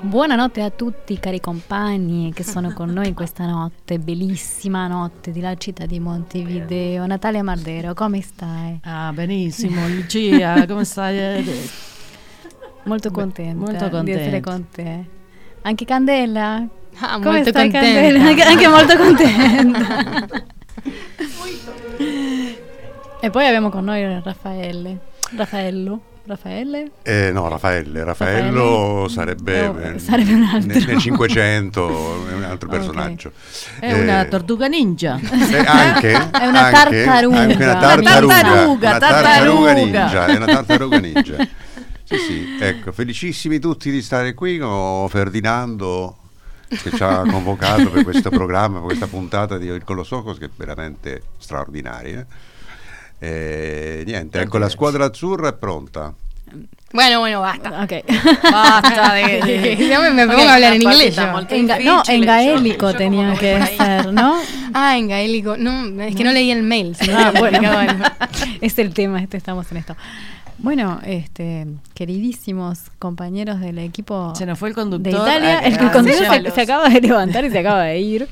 S3: Buonanotte a tutti cari compagni che sono con noi questa notte, bellissima notte della città di Montevideo. Natalia Mardero, come stai?
S5: Ah, benissimo, Lucia, come stai?
S3: Molto
S5: Beh,
S3: contenta,
S5: molto
S3: di essere
S5: contenta.
S3: con te. Anche Candela,
S10: Ah,
S3: come stai Candela? Anche, anche molto contenta. e poi abbiamo con noi Raffaele. Raffaello, Raffaele?
S8: Eh, no, Raffaele. Raffaello
S3: Raffaele?
S8: sarebbe,
S3: Eh, sarebbe un altro.
S8: Nel, nel 500 è un altro
S3: Ok.
S8: personaggio.
S5: È una
S8: Eh,
S5: tortuga ninja.
S8: eh, anche,
S3: È una
S8: anche,
S3: tartaruga.
S8: anche una
S3: Una
S8: tartaruga,
S5: tartaruga,
S8: una tartaruga
S5: tartaruga.
S8: ninja, è una tartaruga ninja. Sì, sì, ecco, felicissimi tutti di stare qui con Ferdinando che ci ha convocato per questo programma, per questa puntata di Il Colosocos che è veramente straordinaria. E niente, ecco, la squadra azzurra è pronta.
S10: Bueno, Ah, bueno, basta.
S3: Ok.
S10: Basta de- de- Ya me- me pongo a hablar en inglés yo.
S3: En ga- no, en gaélico tenía que ser, ¿no?
S10: Ah, en gaélico. No, es que no leí el mail. si no
S3: Ah,
S10: me
S3: bueno,
S10: explicaba algo.
S3: es el tema, este, estamos en esto. Bueno, este, queridísimos compañeros del equipo
S5: Se nos fue el
S3: de
S5: conductor.
S3: Italia,
S5: Ah,
S3: el
S5: ah,
S3: conductor
S5: sí,
S3: se, se acaba de levantar y se acaba de ir.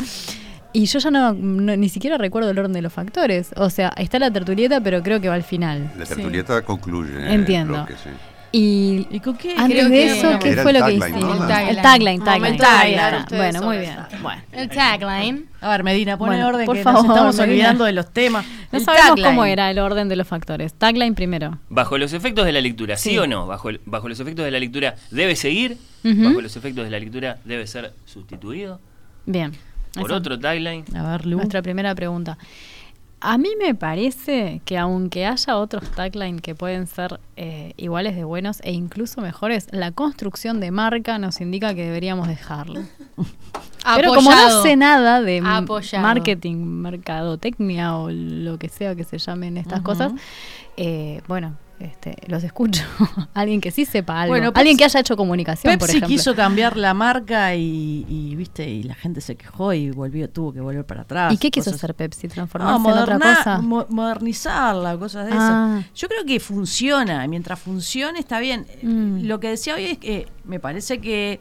S3: Y yo ya no, no- ni siquiera recuerdo el orden de los factores. O sea, está la tertulieta, pero creo que va al final.
S8: La tertulieta concluye.
S3: Entiendo.
S8: Lo che, sì.
S3: Y
S5: ¿Y con qué?
S3: antes
S11: Creo
S3: de
S11: que
S3: eso,
S11: era
S3: ¿qué
S8: el
S3: fue lo que
S8: tagline,
S3: hiciste?
S8: ¿no?
S11: El tagline.
S3: El tagline,
S2: Momento
S3: tagline.
S2: tagline,
S3: Ahí
S2: ahora
S3: está.
S2: ustedes
S3: Bueno, muy
S2: sobre
S3: bien.
S2: eso.
S3: Bueno.
S11: El tagline.
S5: A ver, Medina, pone
S3: Bueno,
S5: orden
S3: por
S5: que
S3: favor,
S5: nos estamos
S3: Medina.
S5: olvidando de los temas.
S3: No
S5: El
S3: sabemos
S5: tagline.
S3: cómo era el orden de los factores. Tagline primero.
S1: Bajo los efectos de la lectura, ¿sí,
S5: Sí.
S1: o no? Bajo, el- bajo los efectos de la lectura debe seguir,
S3: Ujú.
S1: bajo los efectos de la lectura debe ser sustituido
S3: Bien.
S1: por
S3: Esa-
S1: otro tagline.
S5: A ver, Lu.
S3: Nuestra primera pregunta. A mí me parece que aunque haya otros tagline que pueden ser eh, iguales de buenos e incluso mejores, la construcción de marca nos indica que deberíamos dejarlo. Pero como no
S11: Apoyado.
S3: sé nada de m-
S11: Apoyado.
S3: marketing, mercadotecnia o lo que sea que se llamen estas
S5: Ujú.
S3: cosas, eh, bueno, este, los escucho. alguien que sí sepa algo,
S5: Bueno,
S3: alguien
S5: Pepsi-
S3: que haya hecho comunicación, por
S5: Pepsi
S3: ejemplo.
S5: quiso cambiar la marca y, y, viste y la gente se quejó y volvió tuvo que volver para atrás.
S3: ¿Y qué quiso
S5: cosas-
S3: hacer Pepsi? ¿Transformarse
S5: No,
S3: en
S5: moderna- mm,
S3: otra cosa?
S5: mo- modernizarla, cosas de
S3: Ah.
S5: esas. Yo creo que funciona, y mientras funcione está bien. Eh,
S3: Mm.
S5: Lo que decía hoy es que me parece que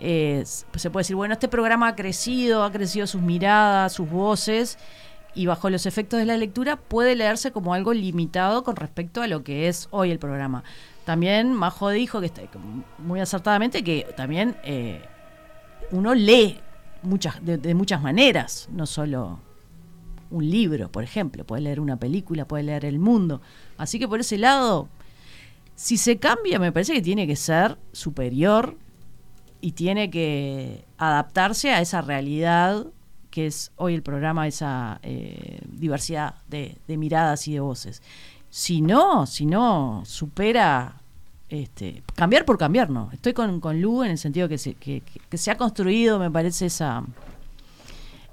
S5: eh, s- se puede decir, bueno, este programa ha crecido, ha crecido sus miradas, sus voces, y bajo los efectos de la lectura puede leerse como algo limitado con respecto a lo que es hoy el programa. También Majo dijo que está, muy acertadamente que también eh, uno lee muchas, de, de muchas maneras, no solo un libro, por ejemplo, puede leer una película, puede leer el mundo. Así que por ese lado, si se cambia, me parece que tiene que ser superior y tiene que adaptarse a esa realidad que es hoy el programa, esa eh, diversidad de, de miradas y de voces. Si no, si no supera este, cambiar por cambiar, no. Estoy con, con Lu en el sentido que se, que- que- que se ha construido, me parece, esa,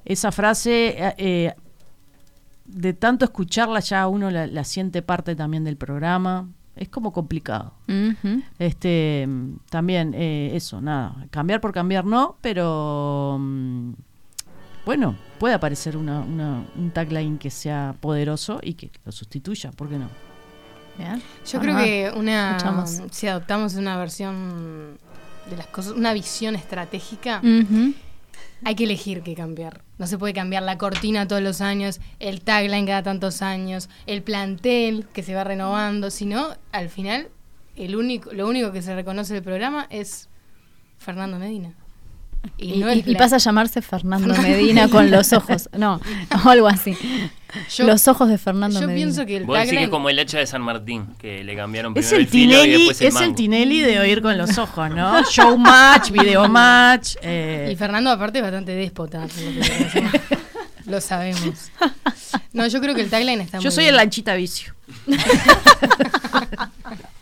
S5: esa frase. eh, eh, de tanto escucharla ya uno la, la siente parte también del programa. Es como complicado.
S3: Ujú.
S5: Este, mm, también eh, eso, nada, cambiar por cambiar no, pero mm, bueno, puede aparecer una, una- un tagline que sea poderoso y que lo sustituya, ¿por qué no?
S3: Bien.
S11: Yo
S3: Bueno,
S11: creo
S3: va.
S11: que una
S3: Escuchamos.
S11: si adoptamos una versión de las cosas, una visión estratégica,
S3: Ujú.
S11: hay que elegir qué cambiar. No se puede cambiar la cortina todos los años, el tagline cada tantos años, el plantel que se va renovando, sino al final el único lo único que se reconoce del programa es Fernando Medina.
S3: Y,
S11: no
S3: y-
S11: es
S3: y
S11: la-
S3: pasa a llamarse Fernando Medina con los ojos. No, o algo así.
S11: Yo-
S3: los ojos de Fernando
S11: Yo
S3: Medina.
S11: pienso que el
S1: Vos decís que
S11: tagline
S1: es como el hacha de San Martín, que le cambiaron
S5: Es
S1: primero el,
S5: el
S1: filo y
S5: Tinelli,
S1: después
S5: es
S1: el
S5: el
S1: mango.
S5: Tinelli de oír con los ojos, ¿no? Showmatch, videomatch. eh,
S11: Y Fernando aparte es bastante déspota. por lo que- lo sabemos. No, yo creo que el tagline está
S5: yo
S11: muy
S5: soy
S11: bien.
S5: el lanchita vicio.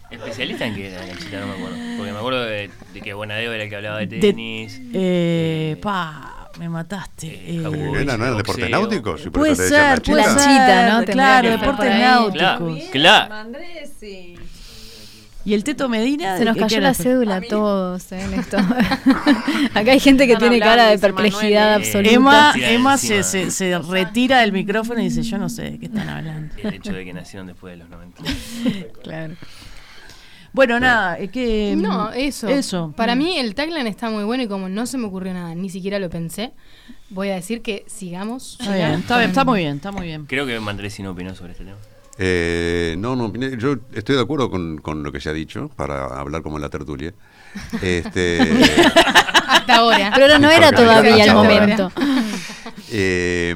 S1: ¿Especialista en qué era la chita? No me acuerdo. Porque me acuerdo de, de que Bonadeo era el que hablaba de
S5: De-
S1: tenis.
S5: Eh, pa, me mataste.
S1: Eh,
S5: eh.
S8: Pero
S1: Uy,
S8: nena, ¿no eran deportes
S1: boxeo.
S8: náuticos? Y por
S5: Puede
S8: eso te
S5: ser,
S8: decían la
S5: puede
S8: chita.
S5: ser.
S3: Lanchita, ¿no? Tendría
S5: Claro,
S3: que estar
S5: deportes
S3: por ahí.
S5: náuticos.
S1: Claro, claro.
S10: Andrés,
S5: ¿Y el Teto Medina?
S3: Se nos
S5: ¿De qué
S3: cayó
S5: era?
S3: la cédula a todos eh, en esto. Acá hay gente que
S2: Están
S3: tiene cara de
S2: hablando, dice
S3: perplejidad
S2: Manuel,
S1: eh.
S3: absoluta.
S5: Emma,
S1: Tira
S5: Emma se,
S1: encima.
S5: se, se retira del micrófono y dice, yo no sé de qué están hablando.
S1: El hecho de que nacieron después de los 90.
S3: Claro.
S5: Bueno, nada, es que... mm,
S11: No, eso.
S5: Eso. Mm.
S11: Para mí el tagline está muy bueno y como no se me ocurrió nada, ni siquiera lo pensé, voy a decir que sigamos.
S5: Está bien, está, bien, está muy bien, está muy bien.
S1: Creo que Mandresi no opinó sobre este tema.
S8: Eh, no, no, opiné. yo estoy de acuerdo con, con lo que se ha dicho, para hablar como en la tertulia. Este,
S11: Hasta ahora.
S3: Pero ahora no era
S8: Porque la
S3: todavía el
S8: lancha ahora.
S3: momento.
S8: eh,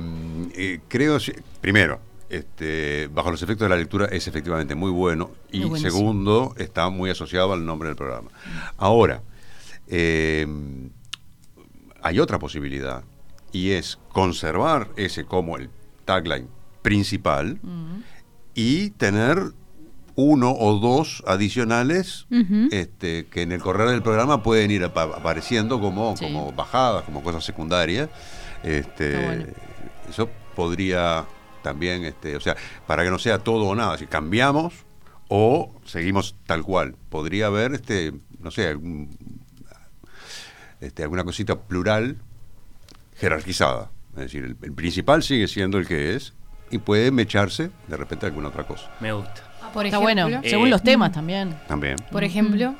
S8: eh, creo, si- primero, este, bajo los efectos de la lectura es efectivamente muy bueno y
S5: Es buenísimo.
S8: segundo, está muy asociado al nombre del programa. Ahora, eh, hay otra posibilidad y es conservar ese como el tagline principal
S3: Mm.
S8: y tener uno o dos adicionales
S3: Ujú.
S8: este, que en el correr del programa pueden ir apa- apareciendo como,
S5: Sí.
S8: como bajadas, como cosas secundarias. Este,
S5: Está bueno.
S8: Eso podría también, este, o sea, para que no sea todo o nada, si cambiamos o seguimos tal cual. Podría haber, este, no sé, algún- este, alguna cosita plural jerarquizada. Es decir, el, el principal sigue siendo el que es y puede mecharse de repente a alguna otra cosa
S1: Me gusta.
S3: Ah,
S11: por
S5: Está
S11: ejemplo,
S5: bueno,
S1: Eh,
S5: según los temas también.
S8: también.
S11: por ejemplo,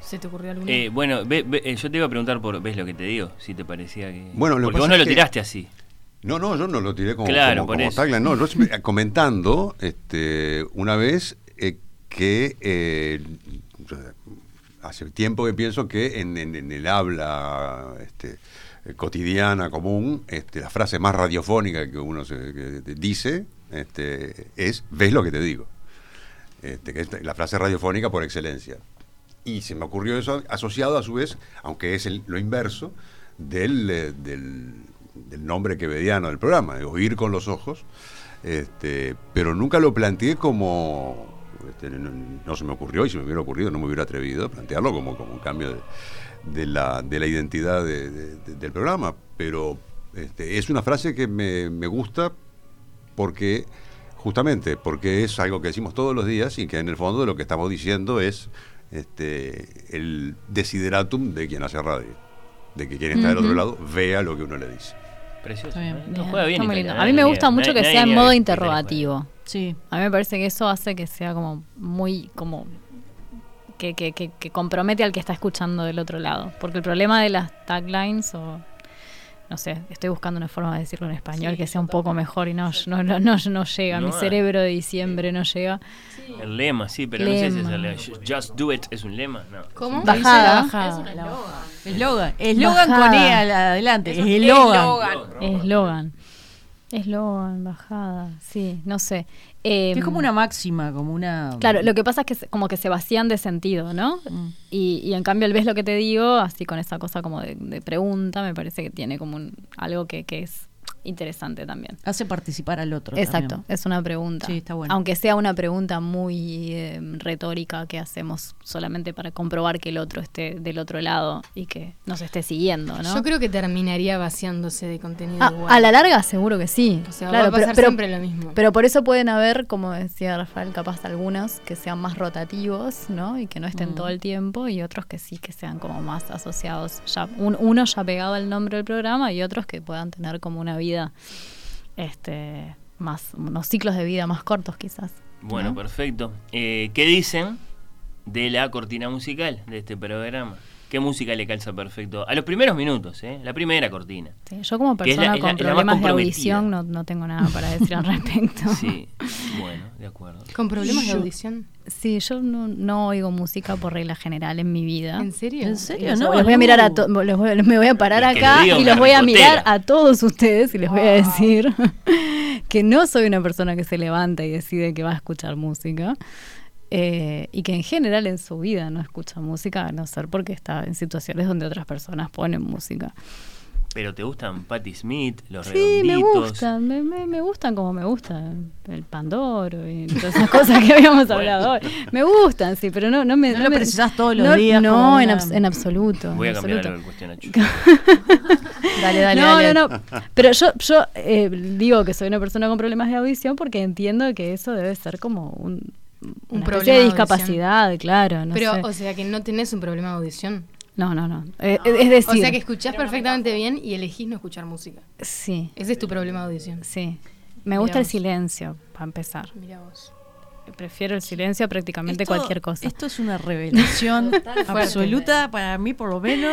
S11: ¿se te ocurrió alguno?
S1: Eh, bueno, ve- ve- eh, yo te iba a preguntar por. ¿Ves lo que te digo? Si te parecía que.
S8: Bueno, lo que
S1: Porque
S8: pasa
S1: vos no
S8: es
S1: lo
S8: que-
S1: tiraste así.
S8: No, no, yo no lo tiré como,
S1: Claro,
S8: como-
S1: por
S8: como
S1: eso.
S8: tagline. No, yo siempre- comentando este, una vez eh, que eh, hace tiempo que pienso que en, en- en el habla este, eh, cotidiana, común, este, la frase más radiofónica que uno se, que te dice este, es, ves lo que te digo. Este, que es la frase radiofónica por excelencia. Y se me ocurrió eso asociado a su vez, aunque es el- lo inverso, del, eh, del, del nombre quevediano del programa, de oír con los ojos, este, pero nunca lo planteé como... este, no, no se me ocurrió y si me hubiera ocurrido no me hubiera atrevido a plantearlo como, como un cambio de, de la, de la identidad de- de- de- del programa, pero este, es una frase que me, me gusta porque justamente porque es algo que decimos todos los días y que en el fondo lo que estamos diciendo es este, el desideratum de quien hace radio, de que quien está del otro
S3: Ujú.
S8: lado vea lo que uno le dice.
S1: Precioso.
S3: Está bien,
S1: ¿eh?
S3: bien,
S1: No juega bien
S3: está muy
S1: Italia,
S3: lindo.
S1: ¿eh?
S3: A mí me
S1: Nadie-
S3: gusta mucho que
S1: nadie-
S3: sea en
S1: nadie-
S3: modo
S1: Italia pues.
S3: interrogativo.
S5: Sí.
S3: A mí me parece que eso hace que sea como muy, como, que, que, que, que compromete al que está escuchando del otro lado. Porque el problema de las taglines o, no sé, estoy buscando una forma de decirlo en español
S11: Sí,
S3: que sea
S11: yo
S3: un poco
S11: también.
S3: mejor y no, no, no, no, no llega.
S1: No
S3: Mi
S1: hay.
S3: cerebro de diciembre no llega.
S1: juega. El lema, sí, pero no sé si es el lema. Just do it es un lema. No.
S11: ¿Cómo?
S3: Bajada. Bajada.
S11: Bajada. Es un eslogan.
S5: Eslogan. Eslogan
S3: Bajada.
S5: con E al- adelante.
S11: Es un
S5: Eslogan.
S11: eslogan.
S3: Eslogan. Eslogan, bajada, sí, no sé.
S5: Que Es
S3: Em,
S5: como una máxima, como una.
S3: Claro, lo que pasa es que se- como que se vacían de sentido, ¿no?
S5: Ah, Mm.
S3: Y, y en cambio el ves lo que te digo, así con esa cosa como de, de pregunta, me parece que tiene como un- algo que, que es interesante también.
S5: hace participar al otro.
S3: Exacto,
S5: también.
S3: es una pregunta.
S5: Sí, está bueno.
S3: Aunque sea una pregunta muy eh, retórica que hacemos solamente para comprobar que el otro esté del otro lado y que nos esté siguiendo, ¿no?
S11: Yo creo que terminaría vaciándose de contenido
S3: Ah,
S11: igual.
S3: a la larga seguro que sí.
S11: O sea,
S3: Claro,
S11: va a
S3: pero-
S11: pasar
S3: pero-
S11: siempre lo mismo.
S3: Pero por eso pueden haber, como decía Rafael, capaz algunos que sean más rotativos, ¿no? Y que no estén
S5: Mm.
S3: todo el tiempo, y otros que sí que sean como más asociados. Ya, un- uno ya pegado al nombre del programa y otros que puedan tener como una vida, este, más, unos ciclos de vida más cortos quizás.
S1: Bueno,
S3: ¿no?
S1: perfecto. Eh, ¿Qué dicen de la cortina musical de este programa? ¿Qué música le calza perfecto? A los primeros minutos, ¿eh? La primera cortina.
S3: Sí, Eh, yo como
S1: que es la-
S3: persona
S1: es la-
S3: con
S1: es la más
S3: problemas de
S1: comprometida.
S3: audición no, no tengo nada para decir al respecto.
S1: Sí, bueno, de acuerdo.
S11: ¿Con problemas de
S3: Yo-
S11: audición?
S3: Sí, yo no, no oigo música por regla general en mi vida.
S11: ¿En serio?
S5: ¿En serio?
S3: Los-
S5: No,
S3: los voy a mirar a
S5: no.
S3: to- los voy- me voy a parar
S1: Es que
S3: acá
S1: le digo
S3: y
S1: una
S3: los voy a mirar
S1: ricotera.
S3: a todos ustedes y les
S5: Ah.
S3: voy a decir que no soy una persona que se levanta y decide que va a escuchar música eh, y que en general en su vida no escucha música a no ser porque está en situaciones donde otras personas ponen música.
S1: Pero te gustan Patti Smith, los
S3: Sí, me
S1: redonditos.
S3: gustan, me, me- me gustan como me gustan el Pandoro y todas esas cosas que habíamos
S1: Bueno.
S3: hablado hoy. Me gustan, sí, pero no, no me...
S5: No lo
S3: me-
S5: precisás todos los
S3: no-
S5: días
S3: No,
S5: como
S3: en,
S5: una-
S3: abs- en absoluto.
S1: Voy a
S3: en
S1: cambiar
S3: absoluto.
S1: la cuestión a Chu.
S10: Dale, dale,
S3: no,
S10: dale.
S3: no, no. Pero yo, yo eh, digo que soy una persona con problemas de audición porque entiendo que eso debe ser como un, una especie
S11: problema
S3: de
S11: de
S3: discapacidad, claro. No,
S11: pero,
S3: sé.
S11: o sea, que no tenés un problema de audición.
S3: no, no, no. Eh, es decir,
S11: O sea, que escuchás perfectamente bien y elegís no escuchar música.
S3: sí,
S11: Ese es tu problema de audición.
S3: sí. Me gusta el
S11: Mirá.
S3: silencio, para empezar.
S11: Mira vos.
S3: Prefiero el silencio a prácticamente
S5: Esto-
S3: cualquier cosa.
S5: Esto es una revelación absoluta para mí, por lo menos.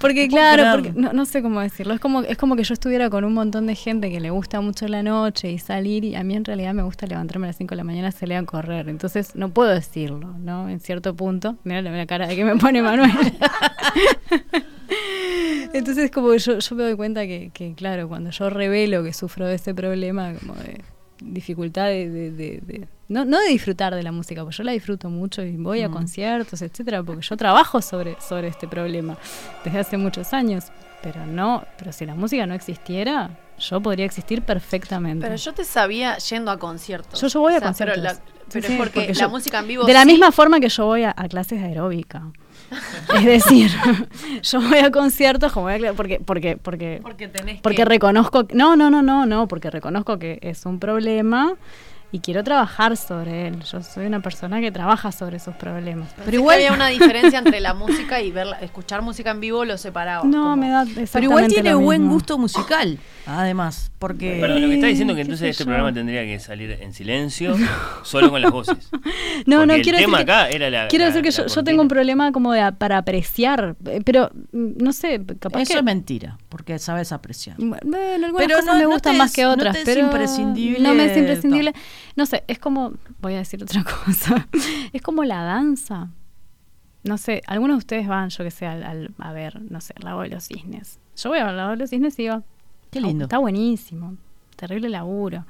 S3: Porque
S5: No puedo
S3: claro,
S5: creerlo.
S3: porque, no, no sé cómo decirlo. Es como, es como que yo estuviera con un montón de gente que le gusta mucho la noche y salir y a mí en realidad me gusta levantarme a las 5 de la mañana, salir a correr. Entonces no puedo decirlo, ¿no? En cierto punto. Mira la, la cara de que me pone Manuel. Entonces como que yo, yo me doy cuenta que, que, claro, cuando yo revelo que sufro de ese problema, como de dificultad de... de- de- de- no, no de disfrutar de la música, porque yo la disfruto mucho y voy a conciertos, etcétera, porque yo trabajo sobre, sobre este problema desde hace muchos años. Pero no, pero si la música no existiera, yo podría existir perfectamente.
S2: Pero yo te sabía yendo a conciertos.
S3: Yo- yo voy a conciertos.
S2: Pero, la- pero
S3: Sí,
S2: es porque,
S3: porque
S2: la
S3: yo-
S2: música en vivo.
S3: de la
S2: sí,
S3: misma forma que yo voy a, a clases de aeróbica. es decir, yo voy a conciertos como voy a cla- porque porque porque
S5: Porque tenés
S3: porque reconozco no, no, no, no, no, porque reconozco que es un problema y quiero trabajar sobre él. Yo soy una persona que trabaja sobre sus problemas.
S2: Pero igual había una diferencia entre la música y verla, escuchar música en vivo lo separaba.
S3: No,
S2: como-
S3: me da
S5: Pero igual
S3: exactamente
S5: tiene
S3: lo
S5: buen
S3: mismo.
S5: gusto musical, además, porque
S1: Perdón, lo que está diciendo es que
S3: qué sé
S1: entonces este
S3: yo.
S1: programa tendría que salir en silencio, solo con las voces.
S3: No,
S1: Porque
S3: no,
S1: el
S3: quiero decir
S1: tema
S3: que-
S1: acá era la-
S3: Quiero
S1: la-
S3: decir que
S1: la
S3: yo, yo
S1: cortina.
S3: tengo un problema como de, a- para apreciar, eh, pero mm, no sé, capaz
S5: eso
S3: que
S5: es mentira, porque sabes apreciar.
S3: Bueno, algunas
S5: Pero
S3: cosas
S5: no-
S3: me
S5: no
S3: gustan
S5: te
S3: más
S5: es-
S3: que
S5: no
S3: otras,
S5: te es
S3: pero
S5: imprescindible
S3: no me es imprescindible. No sé, es como, voy a decir otra cosa, es como la danza. No sé, algunos de ustedes van, yo que sé, al, al- a ver, no sé, Lago de los Cisnes. Yo voy a ver Lago de los Cisnes y digo, "Oh,
S5: Qué lindo.
S3: Está buenísimo, terrible laburo.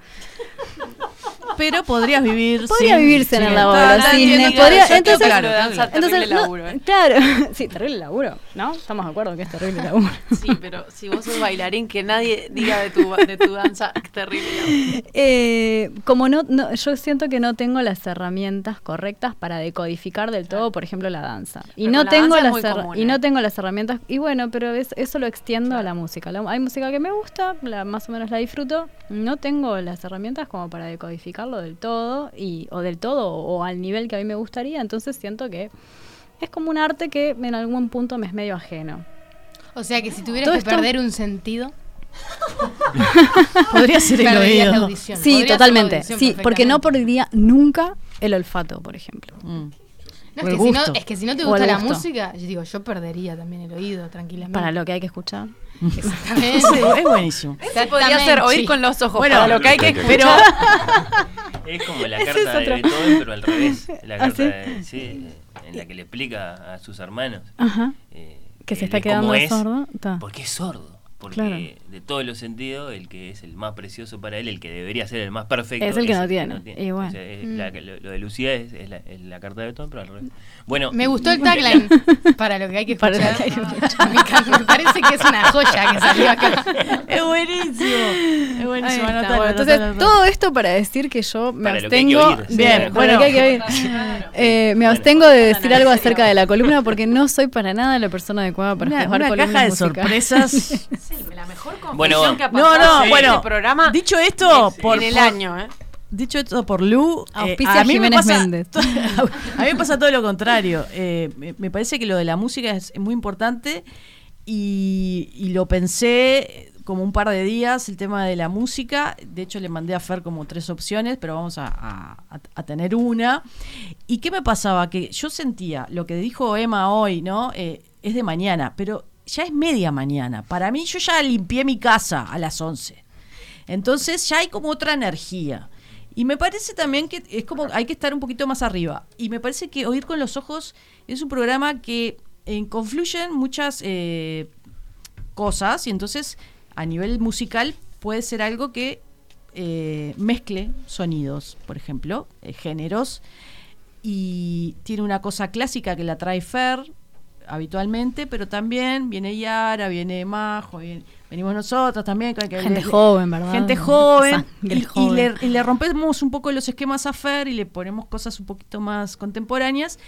S5: Pero podrías vivir
S3: Podría
S5: sin-
S3: vivirse en
S5: sin
S3: el laburo de
S5: estar.
S3: los
S5: Ah,
S3: cisnes,
S5: entiendo,
S3: podría-
S5: claro, yo
S3: entonces,
S5: creo que lo danza,
S3: entonces,
S5: terrible
S3: no,
S5: laburo, ¿eh?
S3: claro, sí, terrible laburo, ¿no? Estamos de acuerdo que es terrible laburo.
S2: Sí, pero si vos sos bailarín, que nadie diga de tu, de tu danza terrible.
S3: Eh, como no, no- yo siento que no tengo las herramientas correctas para decodificar del todo, por ejemplo, la danza. Y
S2: Pero
S3: no
S2: con la
S3: tengo
S2: danza es
S3: las
S2: muy
S3: herra-
S2: común,
S3: y
S2: ¿eh?
S3: no tengo las herramientas y bueno, pero es- eso lo extiendo a la música. La- hay música que me gusta, la, más o menos la disfruto. No tengo las herramientas como para decodificarlo del todo y o del todo o, al nivel que a mí me gustaría. Entonces siento que es como un arte que en algún punto me es medio ajeno.
S11: O sea que si tuvieras
S3: Todo
S11: que
S3: esto-
S11: perder un sentido,
S5: Podría ser el
S11: perderías la
S5: oído.
S11: audición.
S3: Sí,
S11: Podrías
S3: totalmente.
S11: hacer la audición
S3: Sí, porque no
S11: perfectamente.
S3: perdería nunca el olfato, por ejemplo.
S5: Mm.
S11: No,
S5: el
S11: es, que si no,
S5: gusto.
S11: es que si no te
S3: O el
S11: gusta la
S3: gusto.
S11: música, yo digo, yo perdería también el oído tranquilamente.
S3: Para lo que hay que escuchar.
S11: Exactamente.
S5: Ese es buenísimo.
S2: Se podría hacer oír con los ojos.
S5: Bueno,
S2: para lo que hay que
S5: Pero
S2: escuchar.
S1: Es como la
S3: Ese
S1: carta
S3: es
S1: de
S3: otro.
S1: Beethoven, pero al revés. La
S3: ¿Ah,
S1: carta
S3: sí?
S1: de- sí, en la que le explica a sus hermanos.
S3: Ajá.
S1: eh,
S3: Que se
S1: él
S3: está
S1: es como
S3: quedando
S1: es,
S3: sordo. Ta.
S1: Porque es sordo. Porque
S3: Claro.
S1: de todos los sentidos, el que es el más precioso para él, el que debería ser el más perfecto.
S3: Es el que no tiene. Mm. Y bueno.
S1: O sea, es la- lo, lo de Lucía es, es la, es la carta de Beethoven, pero al revés. Bueno,
S11: Me gustó el tagline. Para lo que hay que
S3: Para
S11: escuchar.
S3: lo que hay que
S11: Me encanta, Me parece que es una joya que salió acá.
S5: es buenísimo. Es
S3: Ahí
S5: buenísimo.
S3: está,
S5: anotalo,
S3: bueno,
S5: anotalo,
S3: entonces,
S5: anotalo.
S3: todo esto para decir que yo me
S1: Para lo que hay que
S3: abstengo.
S1: oír, sí,
S5: Bien,
S3: para lo que hay que oír. Eh, me abstengo de decir algo acerca de la columna porque no soy para nada la persona adecuada para
S5: Una,
S3: jugar
S5: una
S3: columnas
S5: caja de
S3: musicales.
S5: sorpresas.
S2: La mejor
S1: Bueno,
S2: confusión que ha
S5: No,
S2: pasado
S5: no,
S2: en
S5: bueno,
S2: este programa
S5: Dicho esto, por,
S2: en el
S5: por-
S2: año. ¿eh?
S5: Dicho esto por Lu, eh,
S3: Auspicia Jiménez Méndez.
S5: a mí me pasa todo lo contrario. Eh, me, me parece que lo de la música es muy importante y, y lo pensé eh, como un par de días, el tema de la música. De hecho, le mandé a Fer como tres opciones, pero vamos a, a- a- a tener una. ¿Y qué me pasaba? Que yo sentía lo que dijo Emma hoy, ¿no? Eh, es de mañana, pero ya es media mañana. Para mí, yo ya limpié mi casa a las 11. Entonces ya hay como otra energía. Y me parece también que es como hay que estar un poquito más arriba. Y me parece que Oír con los Ojos es un programa que eh, confluyen muchas eh, cosas y entonces a nivel musical puede ser algo que eh, mezcle sonidos, por ejemplo, eh, géneros. Y tiene una cosa clásica que la trae Fer habitualmente, pero también viene Yara, viene Majo, viene- venimos nosotros también. que- que-
S3: Gente
S5: le-
S3: joven, ¿verdad?
S5: Gente joven. Y,
S3: Sangre
S5: y
S3: joven.
S5: le, y le rompemos un poco los esquemas a Fer y le ponemos cosas un poquito más contemporáneas.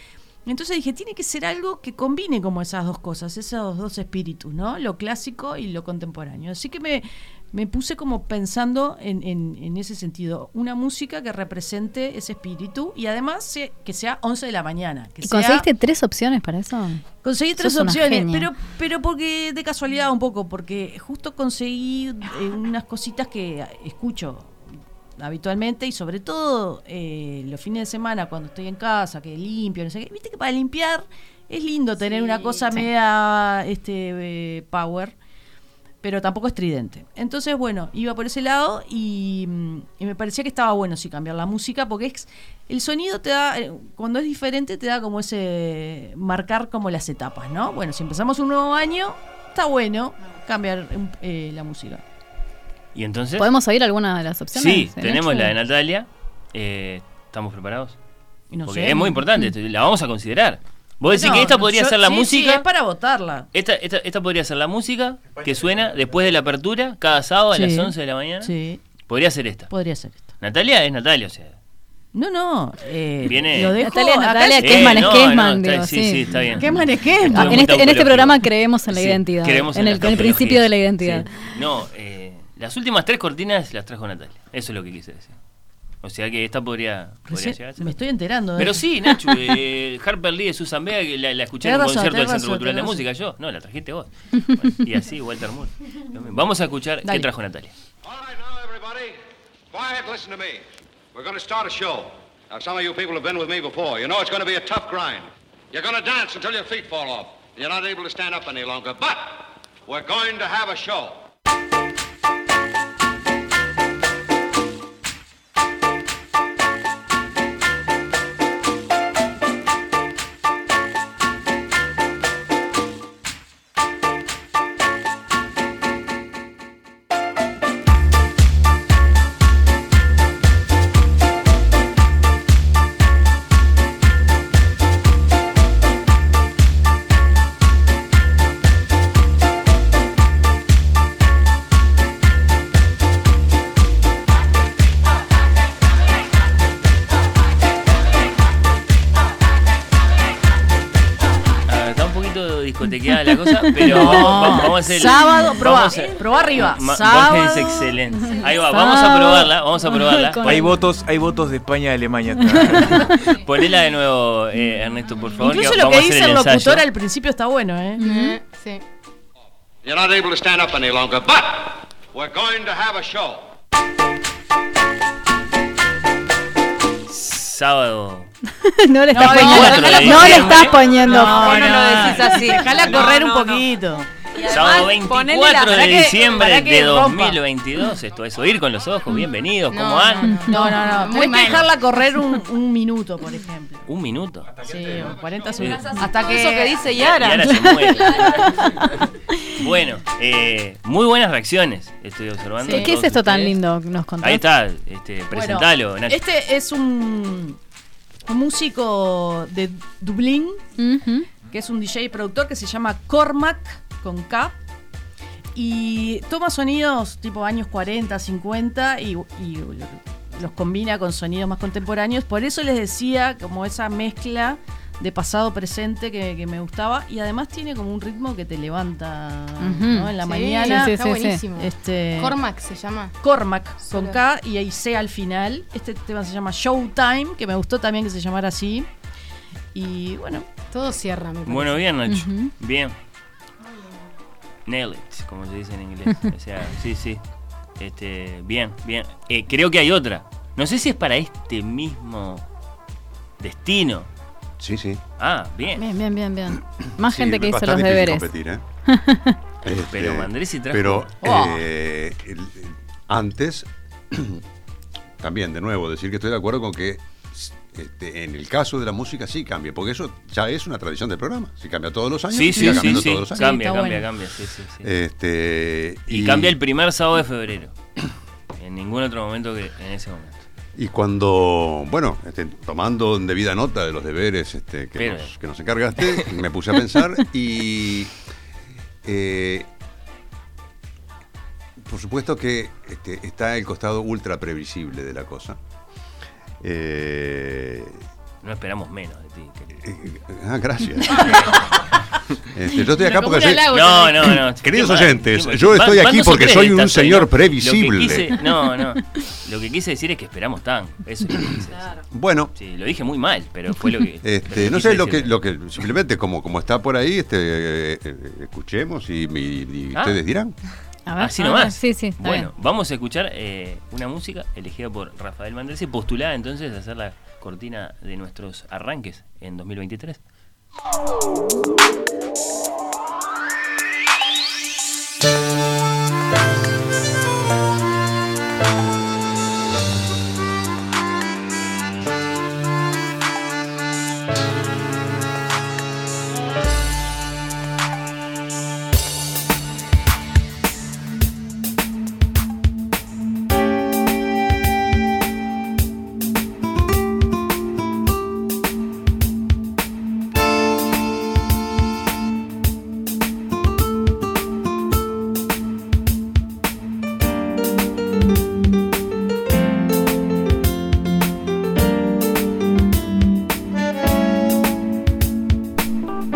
S5: Entonces dije, tiene que ser algo que combine como esas dos cosas, esos dos espíritus, ¿no? Lo clásico y lo contemporáneo. Así que me, me puse como pensando en, en- en ese sentido. Una música que represente ese espíritu y además se- que sea 11 de la mañana. Que
S3: ¿Y
S5: sea-
S3: conseguiste tres opciones para eso?
S5: Conseguí tres
S3: Sos una
S5: opciones,
S3: genia.
S5: pero pero porque de casualidad un poco, porque justo conseguí eh, unas cositas que escucho habitualmente y sobre todo eh, los fines de semana cuando estoy en casa, que limpio, no sé qué. Viste que para limpiar es lindo tener una cosa media este, eh, power, pero tampoco estridente. Entonces, bueno, iba por ese lado y, mm, y me parecía que estaba bueno sí cambiar la música porque es, el sonido te da, eh, cuando es diferente, te da como ese marcar como las etapas, ¿no? Bueno, si empezamos un nuevo año, está bueno cambiar un- eh, la música.
S1: y entonces.
S3: ¿Podemos oír alguna de las opciones?
S1: Sí,
S3: ¿De
S1: tenemos
S3: Nacho?
S1: la de Natalia. Eh, ¿Estamos preparados?
S5: Y no
S1: Porque
S5: sé.
S1: es muy importante, esto,
S3: Mm.
S1: la vamos a considerar. Vos decís
S5: No,
S1: que esta
S5: no,
S1: podría
S5: yo-
S1: ser la
S5: sí, sí,
S1: música.
S5: es para votarla.
S1: Esta, esta, esta podría ser la música que suena después de la apertura, cada sábado
S5: Sí.
S1: a las 11 de la mañana.
S5: Sí,
S1: Podría ser esta.
S5: podría ser esto.
S1: Natalia es Natalia, o sea.
S5: No, no. eh,
S1: Viene-
S5: lo dejo
S3: Natalia,
S5: acá.
S3: Natalia, que es
S1: no,
S3: Manes
S1: no,
S3: Kesman,
S1: está-
S3: digo,
S1: sí, sí, está bien.
S5: ¿Qué manequé?
S3: Ah,
S1: Estuvo
S3: en, este,
S1: muy
S3: en este
S1: tautológico.
S3: programa creemos en la
S1: Sí,
S3: identidad.
S1: creemos
S3: En,
S1: la
S3: el, en el
S1: tautología.
S3: principio de la identidad.
S1: Sí. No, eh, las últimas tres cortinas las trajo Natalia. Eso es lo que quise decir. O sea que esta podría, podría
S5: Recién
S1: llegar a ser.
S5: me estoy enterando. de
S1: Pero
S5: esto.
S1: sí, Nacho, eh, Harper Lee de Susan Vega, que la, la escuché en un
S5: Tenés razón,
S1: concierto del
S5: tenés
S1: Centro
S5: razón,
S1: Cultural de
S5: tenés
S1: Música, yo. No, la trajiste vos. Bueno, y así, Walter Moore. Lo mismo. Vamos a escuchar
S5: Dale.
S1: qué trajo Natalia.
S12: All right, now, everybody, quiet, listen to me. We're going to start a show. Now, some of you people have been with me before. You know it's going to be a tough grind. You're going to dance until your feet fall off. You're not able to stand up any longer, but we're going to have a show.
S1: Ah, Bueno, vamos, vamos a hacer.
S5: Sábado, probá.
S1: vamos a-
S5: Probá arriba.
S1: Ma-
S5: Sábado.
S1: Borges es excelente. Ahí va, vamos a probarla, vamos a probarla.
S4: Hay
S1: Pon-
S4: votos, hay votos de España y Alemania.
S1: Ponela de nuevo, eh, Ernesto, por favor.
S5: Incluso
S1: que
S5: lo que
S1: vamos a hacer
S5: dice el
S1: ensayo.
S5: locutor al principio está bueno, ¿eh?
S11: Sí.
S12: You're not able to stand up any longer, but we're going to have a show.
S1: Sábado.
S3: no le
S1: No,
S3: estás
S1: no,
S3: poniendo.
S1: no, no,
S3: No le
S1: no,
S3: estás
S1: no,
S3: poniendo.
S1: no, no lo
S5: decís así. Dejala correr un poquito.
S1: Sábado
S5: además, ponele
S1: 24
S5: la- para
S1: de
S5: que- para
S1: diciembre
S5: que
S1: de
S5: rompa.
S1: 2022. Esto es Oír con los Ojos. Bienvenidos, ¿cómo
S5: Ah, No,
S1: van?
S5: No, no, no. Tenés
S11: Muy
S5: que
S11: mal.
S5: dejarla correr un, un minuto, por ejemplo.
S1: Un minuto.
S5: Sí, o 40 segundos.
S1: Sí.
S5: Hasta
S2: Todo
S5: que
S2: eso que dice
S1: Yara. Yara se muere. Bueno, eh, muy buenas reacciones estoy observando. de
S3: ¿Qué es
S1: todos
S3: esto tan
S1: ustedes.
S3: lindo? que Nos contás?
S1: Ahí está, este, presentalo,
S5: Bueno,
S1: Nacho.
S5: Este es un, un músico de Dublín, que es un DJ y productor que se llama Cormac, con K. Y toma sonidos tipo años 40, 50 y, y los combina con sonidos más contemporáneos. Por eso les decía como esa mezcla de pasado-presente que, que me gustaba. Y además tiene como un ritmo que te levanta ¿no? en la
S11: Sí,
S5: mañana.
S11: está buenísimo.
S5: Este,
S11: Cormac se llama.
S5: Cormac con
S11: Solo.
S5: K y ahí C al final. Este tema se llama Showtime, que me gustó también que se llamara así. Y bueno,
S11: todo cierra, me
S1: Bueno, bien, Nacho. Bien. Nail it, como se dice en inglés. O sea, sí, sí. Este, bien, bien. Eh, creo que hay otra. No sé si es para este mismo destino.
S8: Sí, sí.
S1: Ah, bien.
S3: Bien, bien, bien, bien. Más
S8: Sí,
S3: gente que
S8: va a
S3: hizo
S8: estar
S3: los
S8: difícil
S3: deberes.
S8: competir, ¿eh? Este,
S1: Pero Mandresi trajo-
S8: Pero
S1: Oh.
S8: eh, el- el- antes, también de nuevo, decir que estoy de acuerdo con que s- este, en el caso de la música sí cambia, porque eso ya es una tradición del programa. Si cambia todos los años,
S1: Sí, sí,
S8: sigue
S1: sí,
S8: cambiando
S1: sí.
S8: todos los años.
S1: Cambia, cambia, cambia. Sí, sí, sí.
S8: Este,
S1: Y, cambia el primer sábado de febrero. En ningún otro momento que en ese momento.
S8: Y cuando, bueno, este, tomando debida nota de los deberes este, que,
S1: Pero-
S8: nos, que nos encargaste, me puse a pensar y, eh, por supuesto que este, está el costado ultra previsible de la cosa. Eh,
S1: No esperamos menos de ti. querido.
S8: eh, ah, gracias. Este, yo estoy acá porque soy...
S1: No, no, no.
S8: Queridos
S1: Qué mal,
S8: oyentes,
S1: qué mal.
S8: yo estoy
S1: Van-
S8: aquí
S1: van
S8: porque
S1: dos o
S8: soy
S1: tres
S8: un
S1: estas,
S8: señor
S1: ¿no? Lo que
S8: previsible.
S1: quise- no, no. Lo que quise decir es que esperamos tan. Eso es lo que quise decir.
S8: Bueno.
S1: Sí, lo dije muy mal, pero fue lo que.
S8: Este, no sé lo que, lo que simplemente como, como está por ahí, este, eh, eh, escuchemos y, y- y
S1: Ah.
S8: ustedes dirán.
S3: A ver,
S1: Así
S3: a ver,
S1: nomás.
S3: sí, sí, está
S1: bueno, vamos a escuchar eh, una música elegida por Rafael Mandrese, postulada entonces a hacer la cortina de nuestros arranques en 2023.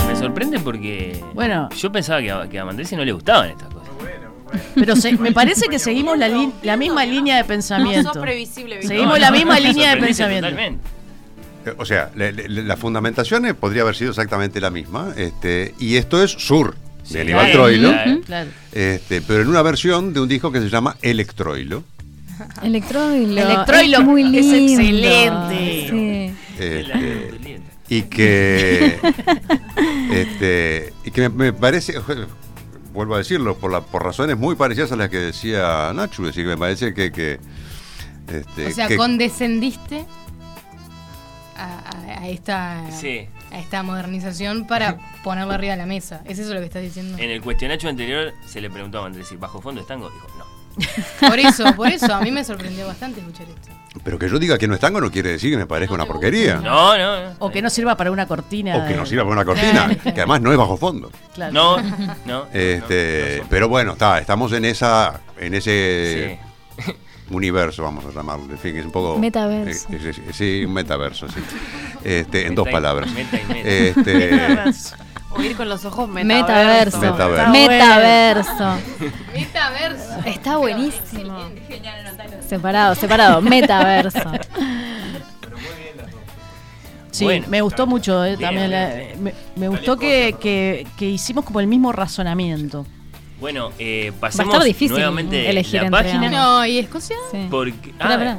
S1: Me sorprende porque.
S5: Bueno.
S1: Yo pensaba que a, que a Mandrese no le gustaban estas cosas.
S5: pero se- me parece que seguimos la, li- la misma línea de pensamiento.
S2: No sos previsible, Víctor.
S5: Seguimos
S2: No,
S5: la
S2: no,
S5: misma
S2: me
S5: línea de
S2: sorprendiste
S5: pensamiento.
S1: totalmente.
S8: Eh, O sea, le- le- le- las fundamentaciones podría haber sido exactamente la misma. Este, y esto es Sur, de Aníbal
S1: claro,
S8: Troilo.
S1: claro.
S5: Claro.
S8: Este, pero en una versión de un disco que se llama Electroilo.
S3: Electroilo.
S5: Electroilo
S3: es muy
S5: es
S3: lindo.
S5: excelente.
S3: Sí.
S8: Este, y que. este, y que me, me parece. Vuelvo a decirlo, por, la, por razones muy parecidas a las que decía Nacho. Es decir, que me parece que. que, este,
S11: O sea,
S8: que-
S11: condescendiste a, a- a esta,
S1: Sí.
S11: a esta modernización para ponerlo arriba de la mesa. ¿Es eso lo que estás diciendo?
S1: En el cuestionario anterior se le preguntó a Mandresi, ¿bajo fondo es tango? Dijo, no.
S11: Por eso, por eso. A mí me sorprendió bastante escuchar esto.
S8: Pero que yo diga que no es tango no quiere decir que me parezca una porquería.
S1: No, no, no.
S5: O que no sirva para una cortina.
S8: O que
S5: de-
S8: no sirva para una cortina, que además no es bajo fondo.
S5: Claro.
S1: No, no.
S8: Este, pero bueno, está, estamos en esa, en ese universo, vamos a llamarlo. En fin, es un poco.
S3: Metaverso.
S8: eh, es- es- sí, un metaverso, sí. Este, en
S1: Meta
S8: dos
S1: y-
S8: palabras.
S1: meta y meta.
S8: Este,
S2: O ir con los ojos
S3: Metaverso.
S2: metaverso.
S3: Metaverso.
S2: Está bueno.
S11: Metaverso.
S3: Está buenísimo. Separado, separado. Metaverso.
S5: Sí,
S3: Bueno.
S5: me gustó mucho. eh,
S1: Bien,
S5: también la-
S1: bien.
S5: me, me gustó que, que- que hicimos como el mismo razonamiento.
S1: Bueno, eh,
S5: estar
S1: pasemos
S5: difícil
S1: nuevamente
S5: elegir
S1: la
S5: entre
S1: página.
S11: No, ¿y Escocia?
S1: Porque,
S11: Pará,
S1: ah,
S11: pará.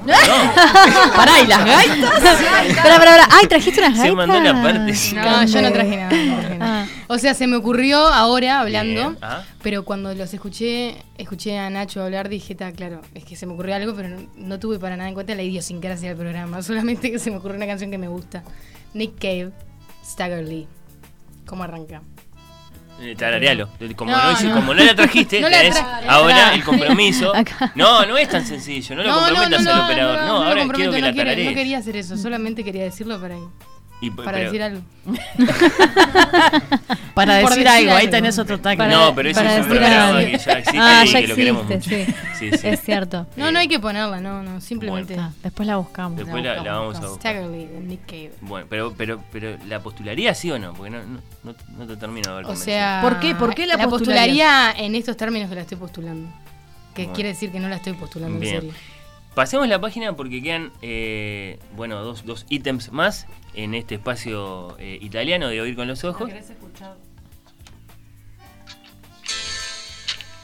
S1: no.
S11: Pará, ¿y las gaitas?
S3: Pará, pará, pará. Ay, ¿trajiste unas gaitas?
S1: Se mandó la parte. sí.
S11: No, yo no traje nada. no traje nada. O sea, se me ocurrió ahora hablando,
S1: Bien, ah.
S11: pero cuando los escuché, escuché a Nacho hablar, dije, está claro, es que se me ocurrió algo, pero no, no tuve para nada en cuenta la idiosincrasia del programa. Solamente que se me ocurrió una canción que me gusta. Nick Cave, Stagger Lee. ¿Cómo arranca?
S1: Eh, Tararealo. Como no,
S11: No,
S1: hice-
S11: no.
S1: como no la trajiste,
S11: No la
S1: tenés
S11: traje.
S1: ahora
S11: Acá.
S1: el compromiso. No, no es tan sencillo. No lo comprometas al operador. No,
S11: lo
S1: ahora
S11: comprometo,
S1: quiero que
S11: no
S1: la
S11: quiero-
S1: tararees.
S11: No quería hacer eso, solamente quería decirlo para ahí.
S1: Y p-
S11: Para
S1: pero-
S11: decir algo.
S5: Para
S11: Por
S5: decir algo, ahí tenés otro tag.
S1: No, pero ese
S3: para
S1: es un
S3: decir
S1: programa
S3: algo.
S1: que ya existe
S3: Ah,
S1: y
S3: ya
S1: que lo queremos
S3: existe,
S1: mucho.
S3: sí.
S1: Sí, sí.
S3: Es cierto.
S11: No, no hay que ponerla, no, no, simplemente.
S3: Después la buscamos.
S1: Después la- la vamos a buscar.
S11: Staggerly, de Nick Cave.
S1: Bueno, pero, pero, pero ¿la postularía sí o no? Porque no, no, no- no te termino de ver
S11: O sea,
S5: ¿Por qué? ¿Por qué la
S11: postularía en estos términos que la estoy postulando? Que
S1: Bueno.
S11: quiere decir que no la estoy postulando
S1: Bien.
S11: en serio.
S1: Pasemos la página porque quedan, eh, bueno, dos, dos ítems más en este espacio eh, italiano de oír con los ojos.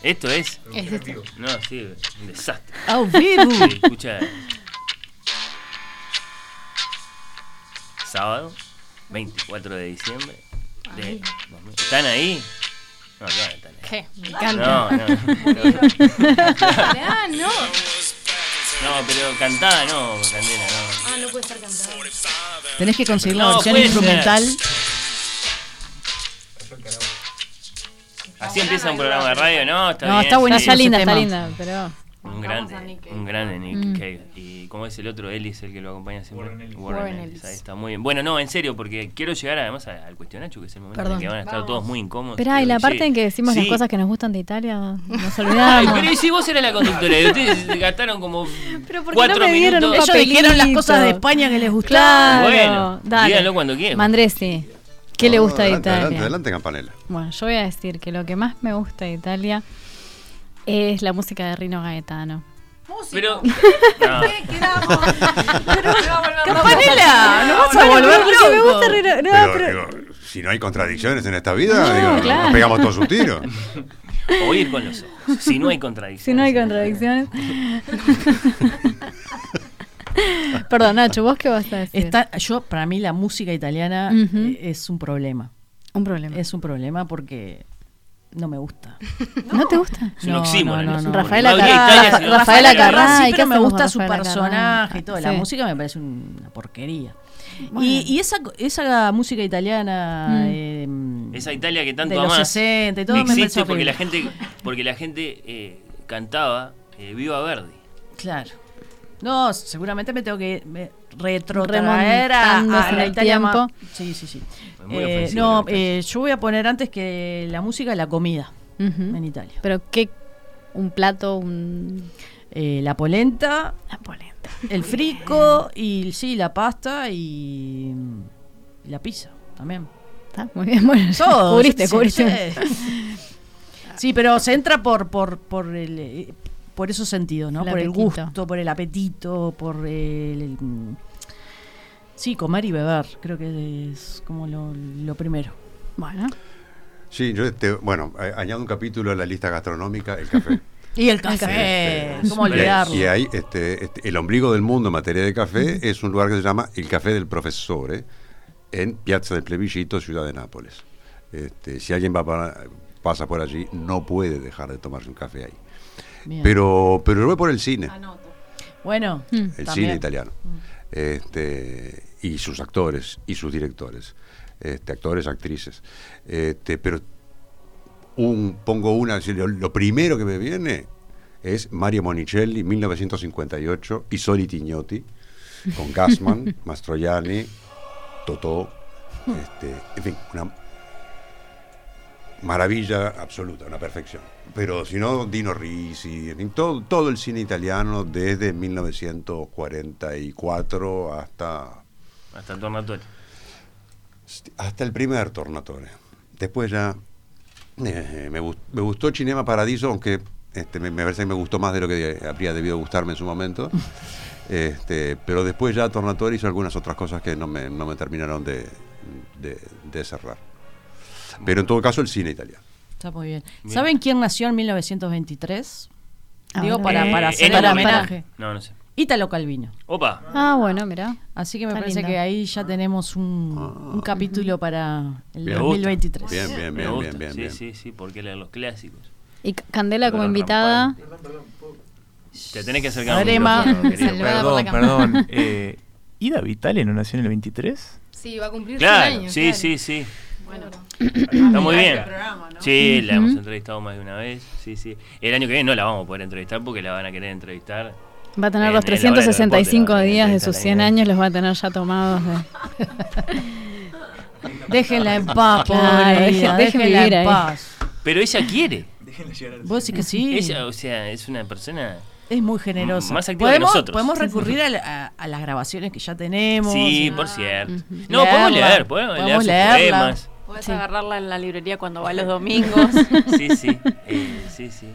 S1: Esto es...
S11: Es esto.
S1: No, sí, un desastre.
S5: Au vivo.
S1: Se escucha... Sábado, 24 de diciembre. de
S11: Ay.
S1: 2000. ¿Están ahí? No, no están ahí.
S11: ¿Qué? Me
S1: No,
S11: encanta.
S1: no.
S11: Ah, no.
S1: No, pero cantada no, Candela, no.
S11: Ah, no puede estar cantada.
S5: Tenés que conseguir la
S1: No,
S5: versión
S1: puede
S5: instrumental.
S1: Así empieza un programa de radio, ¿no? Está
S5: No,
S1: bien,
S5: está buenísimo
S3: Está
S1: sí.
S5: ese
S3: linda, está
S5: tema.
S3: linda, pero.
S1: Un grande, un grande Nick
S3: Mm.
S1: Cave. ¿Y cómo es el otro? Ellis, el que lo acompaña siempre. Warren Ellis.
S11: Warren Ellis.
S1: Ahí está muy bien. Bueno, no, en serio, porque quiero llegar además a- al cuestionacho, que es el momento en
S11: Perdón.
S1: que van a estar todos muy incómodos.
S3: Esperá, y la
S1: Sí.
S3: parte en que decimos las
S1: Sí.
S3: cosas que nos gustan de Italia, nos
S1: Ay,
S3: olvidamos.
S1: pero ¿y si vos eras la conductora y ustedes gastaron como
S3: Pero ¿por qué
S1: cuatro
S3: no me dieron
S1: minutos.
S3: un
S5: Ellos dijeron las cosas de
S3: papelito?
S5: España que les gustaban.
S3: Claro,
S1: Bueno,
S3: dale.
S1: díganlo cuando quieran.
S3: Mandresi, ¿qué le
S8: No,
S3: gusta de
S8: adelante,
S3: Italia?
S8: Adelante, adelante, campanela.
S3: Bueno, yo voy a decir que lo que más me gusta de Italia es la música de Rino Gaetano.
S1: Pero. No.
S5: ¡Campanela! ¡Nos vas a
S3: Bueno,
S5: volver
S3: pero porque me
S5: loco.
S3: gusta Rino. No,
S8: Pero,
S3: pero-
S8: digo, si no hay contradicciones en esta vida, digo, nos
S3: claro.
S8: pegamos todos un tiro.
S1: Oír con los ojos. Si no hay contradicciones.
S3: si no hay contradicciones. Perdón, Nacho, ¿vos qué vas a decir?
S5: Está- yo, para mí, la música italiana
S3: Ujú.
S5: eh, es un problema.
S3: Un problema.
S5: Es un problema porque no me gusta.
S3: ¿No te gusta?
S1: Es un oxímoron, es un
S3: Rafael
S1: oxímoron.
S3: Acarrá-
S1: Habla Italia, si no-
S3: Rafael
S5: Rafaela
S3: Acarrá,
S5: Carrá,
S3: ¿y
S5: sí,
S3: qué
S5: pero me
S3: hacemos
S5: gusta
S3: con
S5: su
S3: Rafael
S5: personaje
S3: Acarrá?
S5: y todo. La
S3: Sí.
S5: música me parece una porquería.
S3: Bueno.
S5: Y, y esa, esa música italiana
S3: Mm.
S5: eh,
S1: Esa Italia que tanto
S5: de los
S1: amás.
S5: 60 y todo me
S1: existe
S5: parece
S1: porque la
S5: horrible.
S1: gente porque la gente eh, cantaba eh, Viva Verdi.
S5: Claro. No, seguramente me tengo que me retrotraer a, a
S3: Remontándose en
S5: la
S3: el
S5: Italia
S3: tiempo.
S5: más- Sí, sí, sí.
S1: Es muy
S5: Eh,
S1: ofensivo lo
S5: no,
S1: que está
S5: eh, yo voy a poner antes que la música, la comida
S3: Ujú.
S5: en Italia.
S3: Pero qué un plato, un
S5: Eh, la polenta,
S3: la polenta.
S5: el frico y sí, la pasta y mm, la pizza también.
S3: Está ah, muy bien, bueno. ya
S5: Todo.
S3: cubriste,
S5: sí,
S3: cubriste.
S5: sí. Sí, pero se entra por por por el eh, por esos sentidos, ¿no?
S3: El
S5: por el
S3: apetito.
S5: gusto, por el apetito, por el, el, mm, sí, comer y beber, creo que es como lo, lo primero.
S3: Bueno,
S8: Sí, yo te- bueno, a- añado un capítulo a la lista gastronómica, el café.
S5: Y el
S8: café.
S5: café,
S8: Sí, sí.
S5: cómo
S8: Y-
S5: olvidarlo.
S8: Y ahí, este, este, el ombligo del mundo en materia de café es un lugar que se llama El Café del Profesore, en Piazza del Plebiscito, ciudad de Nápoles. Este, si alguien va para- pasa por allí, no puede dejar de tomarse un café ahí.
S5: Bien.
S8: Pero, pero yo voy por el cine,
S5: bueno,
S3: Mm.
S8: el
S5: también.
S8: cine italiano. Este, y sus actores y sus directores, este, actores, actrices. Este, pero un, pongo una, si lo, lo primero que me viene es Mario Monicelli, 1958, y Soli Tignotti, con Gassman, Mastroianni, Totò, este, en fin, una maravilla absoluta, una perfección. Pero si no, Dino Risi, en fin, todo, todo el cine italiano desde 1944 hasta
S1: Hasta el tornatore.
S8: hasta el primer Tornatore. Después ya eh, me, gust- me gustó Cinema Paradiso, aunque este, me, me parece que me gustó más de lo que habría debido gustarme en su momento. Este, pero después ya Tornatore hizo algunas otras cosas que no me, no me terminaron de, de- de cerrar. Pero en todo caso el cine italiano.
S5: Está muy bien.
S8: Bien.
S5: ¿Saben quién nació en 1923?
S3: Ahora.
S5: Digo, para,
S1: Eh,
S5: para hacer
S1: Ennio
S5: el
S1: Morricone.
S5: homenaje.
S1: No, no sé.
S5: Ítalo Calvino.
S1: Opa.
S3: Ah, bueno, mira.
S5: Así que me
S3: Está
S5: parece
S3: lindo.
S5: que ahí ya tenemos un,
S8: Ah.
S5: un capítulo para el
S8: Bien.
S5: 2023.
S8: Bien, bien,
S1: Me
S8: bien,
S1: gusta.
S8: bien, bien,
S1: Sí,
S8: bien.
S1: sí, sí, porque leer los clásicos.
S3: Y C- Candela como
S1: Olor
S3: invitada.
S1: Te tenés que acercar a un
S3: Adrema.
S1: micrófono, querido.
S11: Saludada por
S4: Perdón,
S11: la
S4: perdón. Eh, ¿Ida Vitale no nació en el 23?
S11: Sí, va a cumplir
S1: Claro,
S11: 100 años.
S1: sí,
S11: claro.
S1: sí, sí. Está muy bien. Sí, la
S3: Ujú.
S1: hemos entrevistado más de una vez. Sí, sí. El año que viene no la vamos a poder entrevistar porque la van a querer entrevistar.
S3: Va a tener
S1: en-
S3: los
S1: en la hora de los
S3: 365
S1: deportes,
S3: días de
S1: la verdad,
S3: sus
S1: la
S3: 100
S1: idea.
S3: años, los va a tener ya tomados. de-
S5: Déjenla en paz, pobre
S3: Claro,
S5: Ida,
S3: dejen- dejen
S5: déjenla
S3: vivir
S5: en
S3: ahí.
S5: paz.
S1: Pero ella quiere.
S5: Vos decís que sí.
S1: Ella, o sea, es una persona.
S5: Es muy generosa.
S1: M- más activa que
S5: ¿Podemos,
S1: nosotros.
S5: podemos recurrir a, la- a- a las grabaciones que ya tenemos.
S1: Sí,
S5: Y-
S1: por cierto. No, podemos
S5: Leerla.
S1: leer, podemos,
S5: Podemos
S1: leer sus
S5: leerla.
S1: poemas.
S2: Puedes
S3: Sí.
S2: agarrarla en la librería cuando va los domingos.
S1: Sí, sí. eh, sí, sí.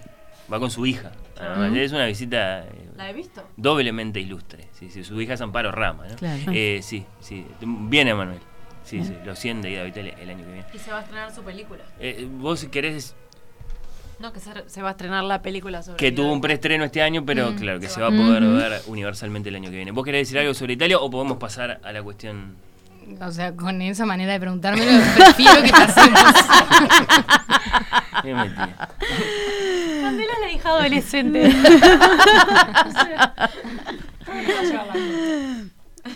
S1: Va con su hija. además. Es una visita eh,
S2: ¿La he visto?
S1: doblemente ilustre. Sí, sí, su hija es Amparo Rama, ¿no?
S5: Claro.
S1: Eh, sí, sí. Viene Manuel. Sí, sí. Lo 100 de Ida Vital el año que viene.
S2: Y se va a estrenar su película.
S1: Eh, vos querés
S2: No, que se, se va a estrenar la película sobre.
S1: que tuvo
S2: Vidal.
S1: un preestreno este año, pero claro, que se va a
S3: Mm.
S1: poder
S3: Ujú.
S1: ver universalmente el año que viene. ¿Vos querés decir algo sobre Italia o podemos pasar a la cuestión?
S11: O sea, con esa manera de preguntármelo, prefiero que pasemos.
S1: Qué mentira.
S2: Candela la hija adolescente.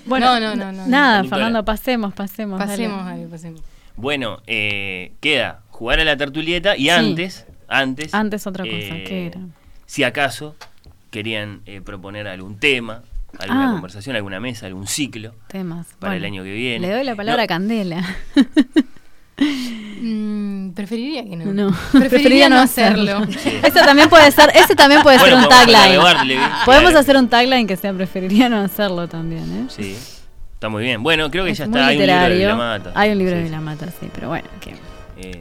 S11: Bueno, no, no, no. no.
S3: Nada,
S1: Conductora.
S3: Fernando, pasemos, pasemos. dale.
S11: Pasemos, dale, pasemos.
S1: Bueno, eh, queda jugar a la tertulieta y antes, antes,
S3: Antes otra cosa,
S1: eh,
S3: ¿qué era?
S1: Si acaso querían eh, proponer algún tema, alguna
S3: Ah.
S1: conversación, alguna mesa, algún ciclo
S3: Temas.
S1: para
S3: Bueno,
S1: el año que viene.
S3: Le doy la palabra
S1: No,
S3: a Candela.
S11: Mm, preferiría que no.
S3: No.
S11: Preferiría, no hacerlo.
S3: Eso también puede ser, ese también puede
S1: Bueno,
S3: ser un
S1: podemos hablar de
S3: tagline.
S1: Bartleby,
S3: Podemos
S1: claro.
S3: hacer un tagline que sea preferiría no hacerlo también, ¿eh?
S1: Sí, está muy bien. Bueno, creo que
S3: Es
S1: ya
S3: muy
S1: está. Hay un libro de
S3: literario.
S1: Vilamata.
S3: Hay un libro
S1: Sí,
S3: de
S1: sí.
S3: la mata, sí, pero bueno, que
S1: Eh,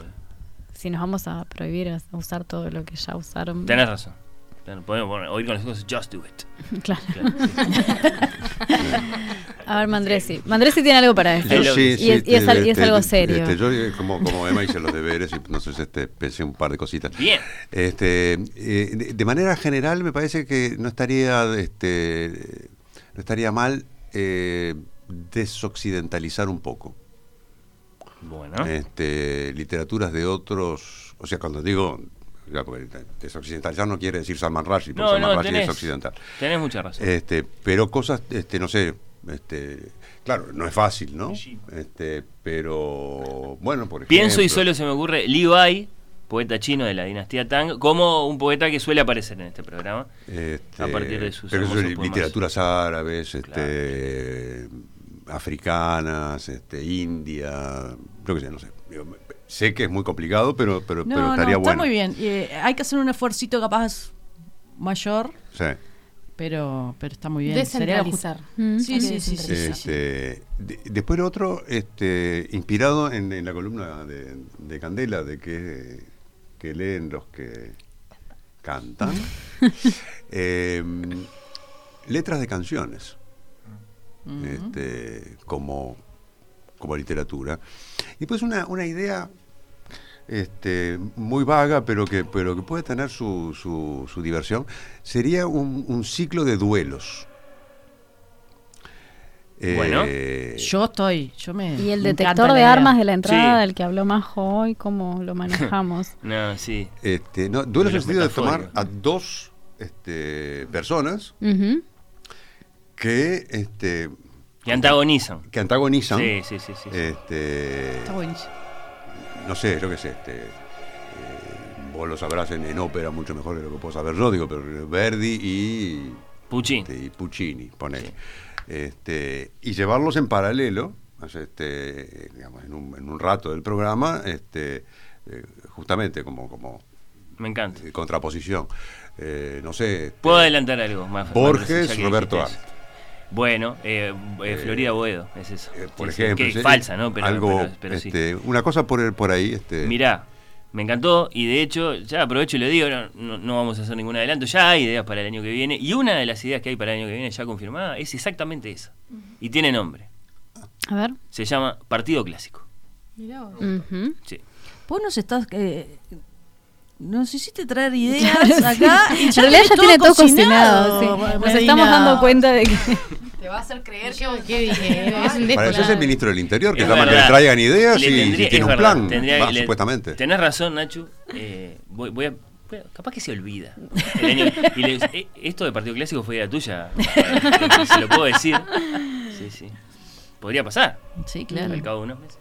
S3: si nos vamos a prohibir a usar todo lo que ya usaron.
S1: tenés razón. Claro, Podemos poner- oír con los ojos Just Do It.
S3: Claro.
S1: Claro, sí.
S3: A ver, Mandresi. Mandresi tiene algo para decir.
S1: Yo
S3: Este, y, es, y es al- y es
S8: este,
S3: algo serio.
S8: este, yo, eh, como, como Emma hice los deberes, y entonces este, pensé un par de cositas.
S1: Bien.
S8: Este, eh, de, de manera general, me parece que no estaría, este, no estaría mal eh, desoccidentalizar un poco.
S1: Bueno.
S8: Este, literaturas de otros, o sea, cuando digo ya, porque desoccidentalizar no quiere decir Salman Rushdie, porque
S1: no,
S8: Salman
S1: no,
S8: Rushdie
S1: tenés,
S8: es occidental.
S1: tenés mucha razón.
S8: Este, pero cosas, este, no sé, este, claro, no es fácil, ¿no? Este, pero bueno, por ejemplo.
S1: Pienso y solo se me ocurre Li Bai, poeta chino de la dinastía Tang, como un poeta que suele aparecer en este programa.
S8: este,
S1: a partir de sus
S8: pero eso es
S1: hermosos poemas.
S8: literaturas árabes, este, africanas, este, India, yo que sé, no sé. Digo, me- sé que es muy complicado, pero, pero,
S5: No,
S8: pero
S5: no,
S8: estaría
S5: está
S8: bueno.
S5: muy bien. Y, eh, hay que hacer un esfuercito capaz mayor,
S8: Sí.
S5: pero, pero está muy bien. Sería lo justo.
S11: Descentralizar.
S3: Mm.
S5: Sí, sí, sí, sí, sí.
S8: Este, de- después lo otro, este, inspirado en, en la columna de, de Candela, de que, que leen los que cantan, eh, letras de canciones, este, como, como literatura. Y pues una, una idea este, muy vaga, pero que, pero que puede tener su, su- su diversión, sería un, un ciclo de duelos.
S1: Bueno.
S8: Eh,
S5: Yo estoy, yo me.
S3: Y el
S5: me encanta
S3: detector
S5: la
S3: de
S5: idea.
S3: armas de la entrada,
S1: Sí.
S3: del que habló Majo hoy, ¿cómo lo manejamos?
S1: No, sí.
S8: este, no, duelos en el
S1: Duelos
S8: sentido de tomar
S1: metafóricos.
S8: a dos este, personas
S3: Ujú.
S8: que, este,
S1: Que antagonizan.
S8: que antagonizan.
S1: Sí, sí, sí. sí.
S8: Este,
S5: Está buenísimo.
S8: no sé, yo qué sé, este, eh, vos lo sabrás en, en ópera mucho mejor que lo que puedo saber yo, digo, pero Verdi y,
S1: Puchín.
S8: este, y Puccini, ponele. Este, y llevarlos en paralelo, o sea, este, digamos, en un, en un rato del programa, este, eh, justamente como, como
S1: Me encanta.
S8: eh, contraposición. Eh, no sé. este,
S1: Puedo adelantar algo más.
S8: Borges,
S1: ya que
S8: Roberto
S1: dijiste
S8: Arlt.
S1: eso. Bueno, eh, eh, Florida Boedo, es eso.
S8: eh, por
S1: Sí, sí,
S8: ejemplo.
S1: que es
S8: sí,
S1: falsa, ¿no? Pero,
S8: algo,
S1: pero- pero sí.
S8: este, Una cosa por, por ahí. Este,
S1: Mirá, me encantó y de hecho, ya aprovecho y le digo, no, no- no vamos a hacer ningún adelanto, ya hay ideas para el año que viene y una de las ideas que hay para el año que viene ya confirmada es exactamente esa. Y tiene nombre,
S3: A ver. Mm,
S1: se llama Partido Clásico.
S3: Ujú.
S1: Sí.
S5: Vos nos estás. eh, nos hiciste traer ideas
S3: Claro, sí.
S5: acá. y
S3: En realidad
S5: tenés
S3: ya tiene todo cocinado, sí.
S5: Ma-
S3: Nos
S5: Marina.
S3: estamos dando cuenta de que.
S11: Te va a hacer creer que ¿Qué dije? Es un
S8: Para eso es el ministro del Interior, que
S1: Es
S8: llama que le
S1: verdad.
S8: traigan ideas
S1: Le
S8: y,
S1: tendría-
S8: y tiene
S1: es
S8: un
S1: verdad,
S8: plan,
S1: tendría-
S8: va,
S1: le-
S8: supuestamente.
S1: Tenés razón, Nacho. eh, voy, voy a. voy a- Capaz que se olvida. El año- y le- eh, esto de partido clásico fue idea tuya. eh, Se lo puedo decir. Sí, sí. Podría pasar.
S5: Sí, claro.
S1: Al cabo de unos meses.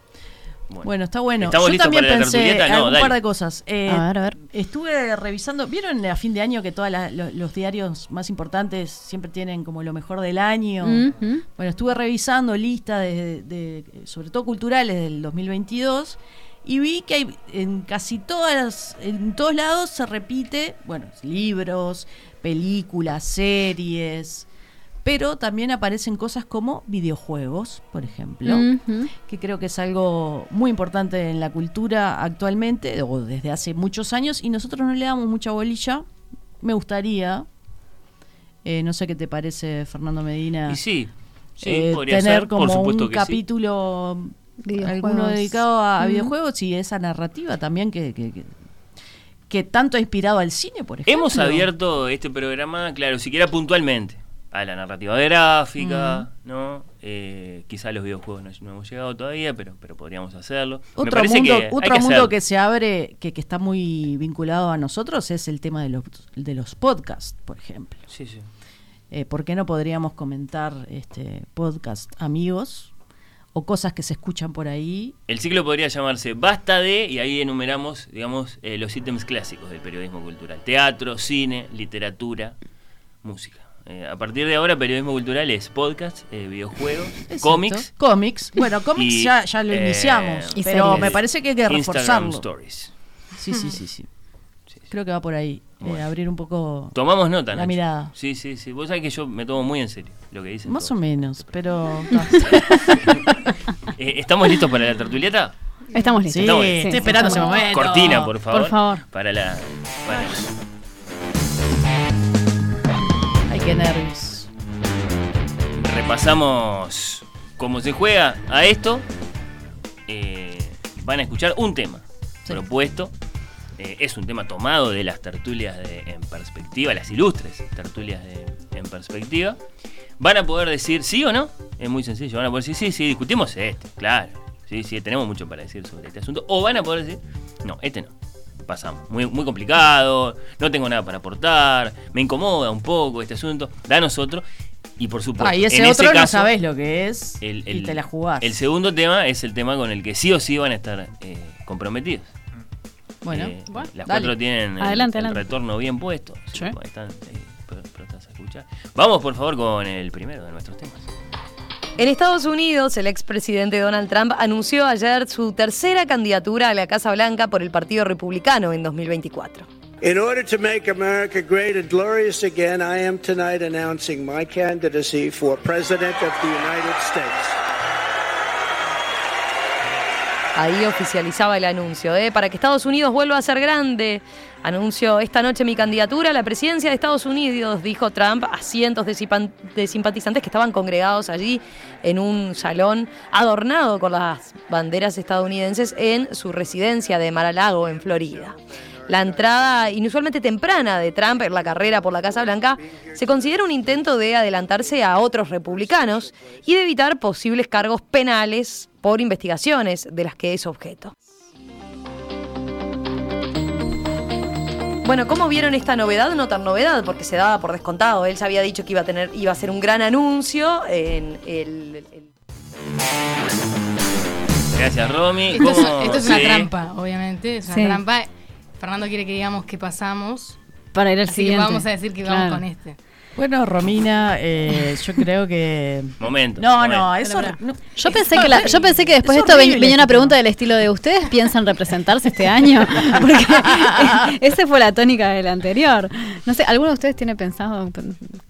S5: Bueno, está bueno.
S1: ¿Estamos
S5: Yo
S1: listos
S5: también
S1: para la
S5: pensé
S1: tertulieta? No,
S5: algún
S1: dale.
S5: par de cosas. Eh,
S3: A ver, a ver.
S5: Estuve revisando, ¿vieron a fin de año que todos los diarios más importantes siempre tienen como lo mejor del año?
S3: Ujú.
S5: Bueno, estuve revisando listas de, de- sobre todo culturales del 2022 y vi que hay en casi todas en todos lados se repite, bueno, libros, películas, series, pero también aparecen cosas como videojuegos, por ejemplo
S3: Ujú.
S5: que creo que es algo muy importante en la cultura actualmente, o desde hace muchos años, y nosotros no le damos mucha bolilla. Me gustaría, eh, no sé qué te parece, Fernando Medina,
S1: Y sí. Sí,
S5: eh,
S1: podría
S5: tener
S1: ser.
S5: como
S1: Por supuesto
S5: un
S1: que sí.
S5: capítulo, alguno
S3: Videojuegos.
S5: dedicado a, a
S3: Ujú.
S5: videojuegos y esa narrativa también que, que- que- que tanto ha inspirado al cine, por ejemplo.
S1: Hemos abierto este programa, claro, siquiera puntualmente, a la narrativa gráfica, ¿no? Eh, quizá los videojuegos no, no hemos llegado todavía, pero, pero podríamos hacerlo. Me
S5: Otro
S1: parece
S5: mundo,
S1: que hay
S5: otro mundo
S1: hacerlo.
S5: que se abre, que, que está muy vinculado a nosotros, es el tema de los, de los podcasts, por ejemplo.
S1: Sí, sí.
S5: Eh, ¿Por qué no podríamos comentar este podcast amigos o cosas que se escuchan por ahí?
S1: El ciclo podría llamarse Basta de, y ahí enumeramos, digamos, eh, los ítems clásicos del periodismo cultural. Teatro, cine, literatura, música. Eh, a partir de ahora, periodismo cultural es podcast, eh, videojuegos,
S5: Exacto.
S1: cómics.
S5: Cómics. Bueno, cómics
S1: y,
S5: ya, ya lo
S1: eh,
S5: iniciamos,
S1: y
S5: pero
S1: series.
S5: me parece que hay que
S1: Instagram
S5: reforzarlo.
S1: Stories.
S5: Sí, sí, sí, sí. Creo que va por ahí, eh,
S1: Bueno.
S5: abrir un poco
S1: Tomamos nota,
S5: la
S1: Nacho.
S5: mirada.
S1: Sí, sí, sí. Vos sabés que yo me tomo muy en serio lo que dicen.
S5: Más o
S1: todos.
S5: menos, pero...
S1: Eh, ¿Estamos listos para la tertulieta?
S3: Estamos listos.
S5: Sí, estoy esperando ese momento.
S1: Cortina, por favor.
S3: Por favor.
S1: Para la. para la-
S5: Ay, qué nervios.
S1: Repasamos cómo se juega a esto. Eh, van a escuchar un tema propuesto. Eh, es un tema tomado de las tertulias de En Perspectiva, las ilustres tertulias de En Perspectiva. Van a poder decir sí o no. Es muy sencillo. Van a poder decir sí, sí, discutimos este, claro. Sí, sí, tenemos mucho para decir sobre este asunto. O van a poder decir, no, este no. Pasamos. Muy, muy complicado, no tengo nada para aportar, me incomoda un poco este asunto. Danos otro. Y por supuesto,
S5: Ah, y ese eh,
S1: en
S5: otro no
S1: caso,
S5: sabés lo que es
S1: el-
S5: y
S1: el-
S5: te la jugás.
S1: El segundo tema es el tema con el que sí o sí van a estar eh, comprometidos.
S5: bueno,
S1: Eh,
S5: bueno,
S1: las
S5: Ah, dale.
S1: cuatro tienen el-
S3: Adelante,
S1: el,
S3: adelante.
S1: retorno bien puesto. Sí,
S3: Sí.
S1: ahí están, eh, pr- prontas a escuchar. Vamos, por favor, con el primero de nuestros temas.
S10: En Estados Unidos, el expresidente Donald Trump anunció ayer su tercera candidatura a la Casa Blanca por el Partido Republicano en 2024.
S13: In order to make America great and glorious again, I am tonight announcing my candidacy for President of the United States.
S10: Ahí oficializaba el anuncio de para que Estados Unidos vuelva a ser grande. Anuncio esta noche mi candidatura a la presidencia de Estados Unidos, dijo Trump a cientos de, simpan- de simpatizantes que estaban congregados allí en un salón adornado con las banderas estadounidenses en su residencia de Mar-a-Lago, en Florida. La entrada inusualmente temprana de Trump en la carrera por la Casa Blanca se considera un intento de adelantarse a otros republicanos y de evitar posibles cargos penales por investigaciones de las que es objeto. Bueno, ¿cómo vieron esta novedad? No tan novedad, porque se daba por descontado. Él ya había dicho que iba a tener, iba a ser un gran anuncio en el- el
S1: Gracias, Romy.
S11: Esto es,
S1: ¿Cómo-
S11: esto es una
S1: Sí.
S11: trampa, obviamente. Es una
S3: Sí.
S11: trampa. Fernando quiere que digamos qué pasamos.
S3: Para ir al
S11: Así que
S3: siguiente.
S11: vamos a decir que
S3: Claro.
S11: vamos con este.
S5: Bueno, Romina, eh, yo creo que.
S1: Momento.
S5: No,
S1: momento.
S5: no, eso. no,
S3: Yo
S5: es
S3: pensé, que la- yo
S5: horrible.
S3: pensé que después de
S5: Es
S3: esto ven-
S5: horrible
S3: venía una
S5: esto.
S3: pregunta del estilo de ¿Ustedes piensan representarse este año? Porque esa fue la tónica del anterior. No sé, ¿alguno de ustedes tiene pensado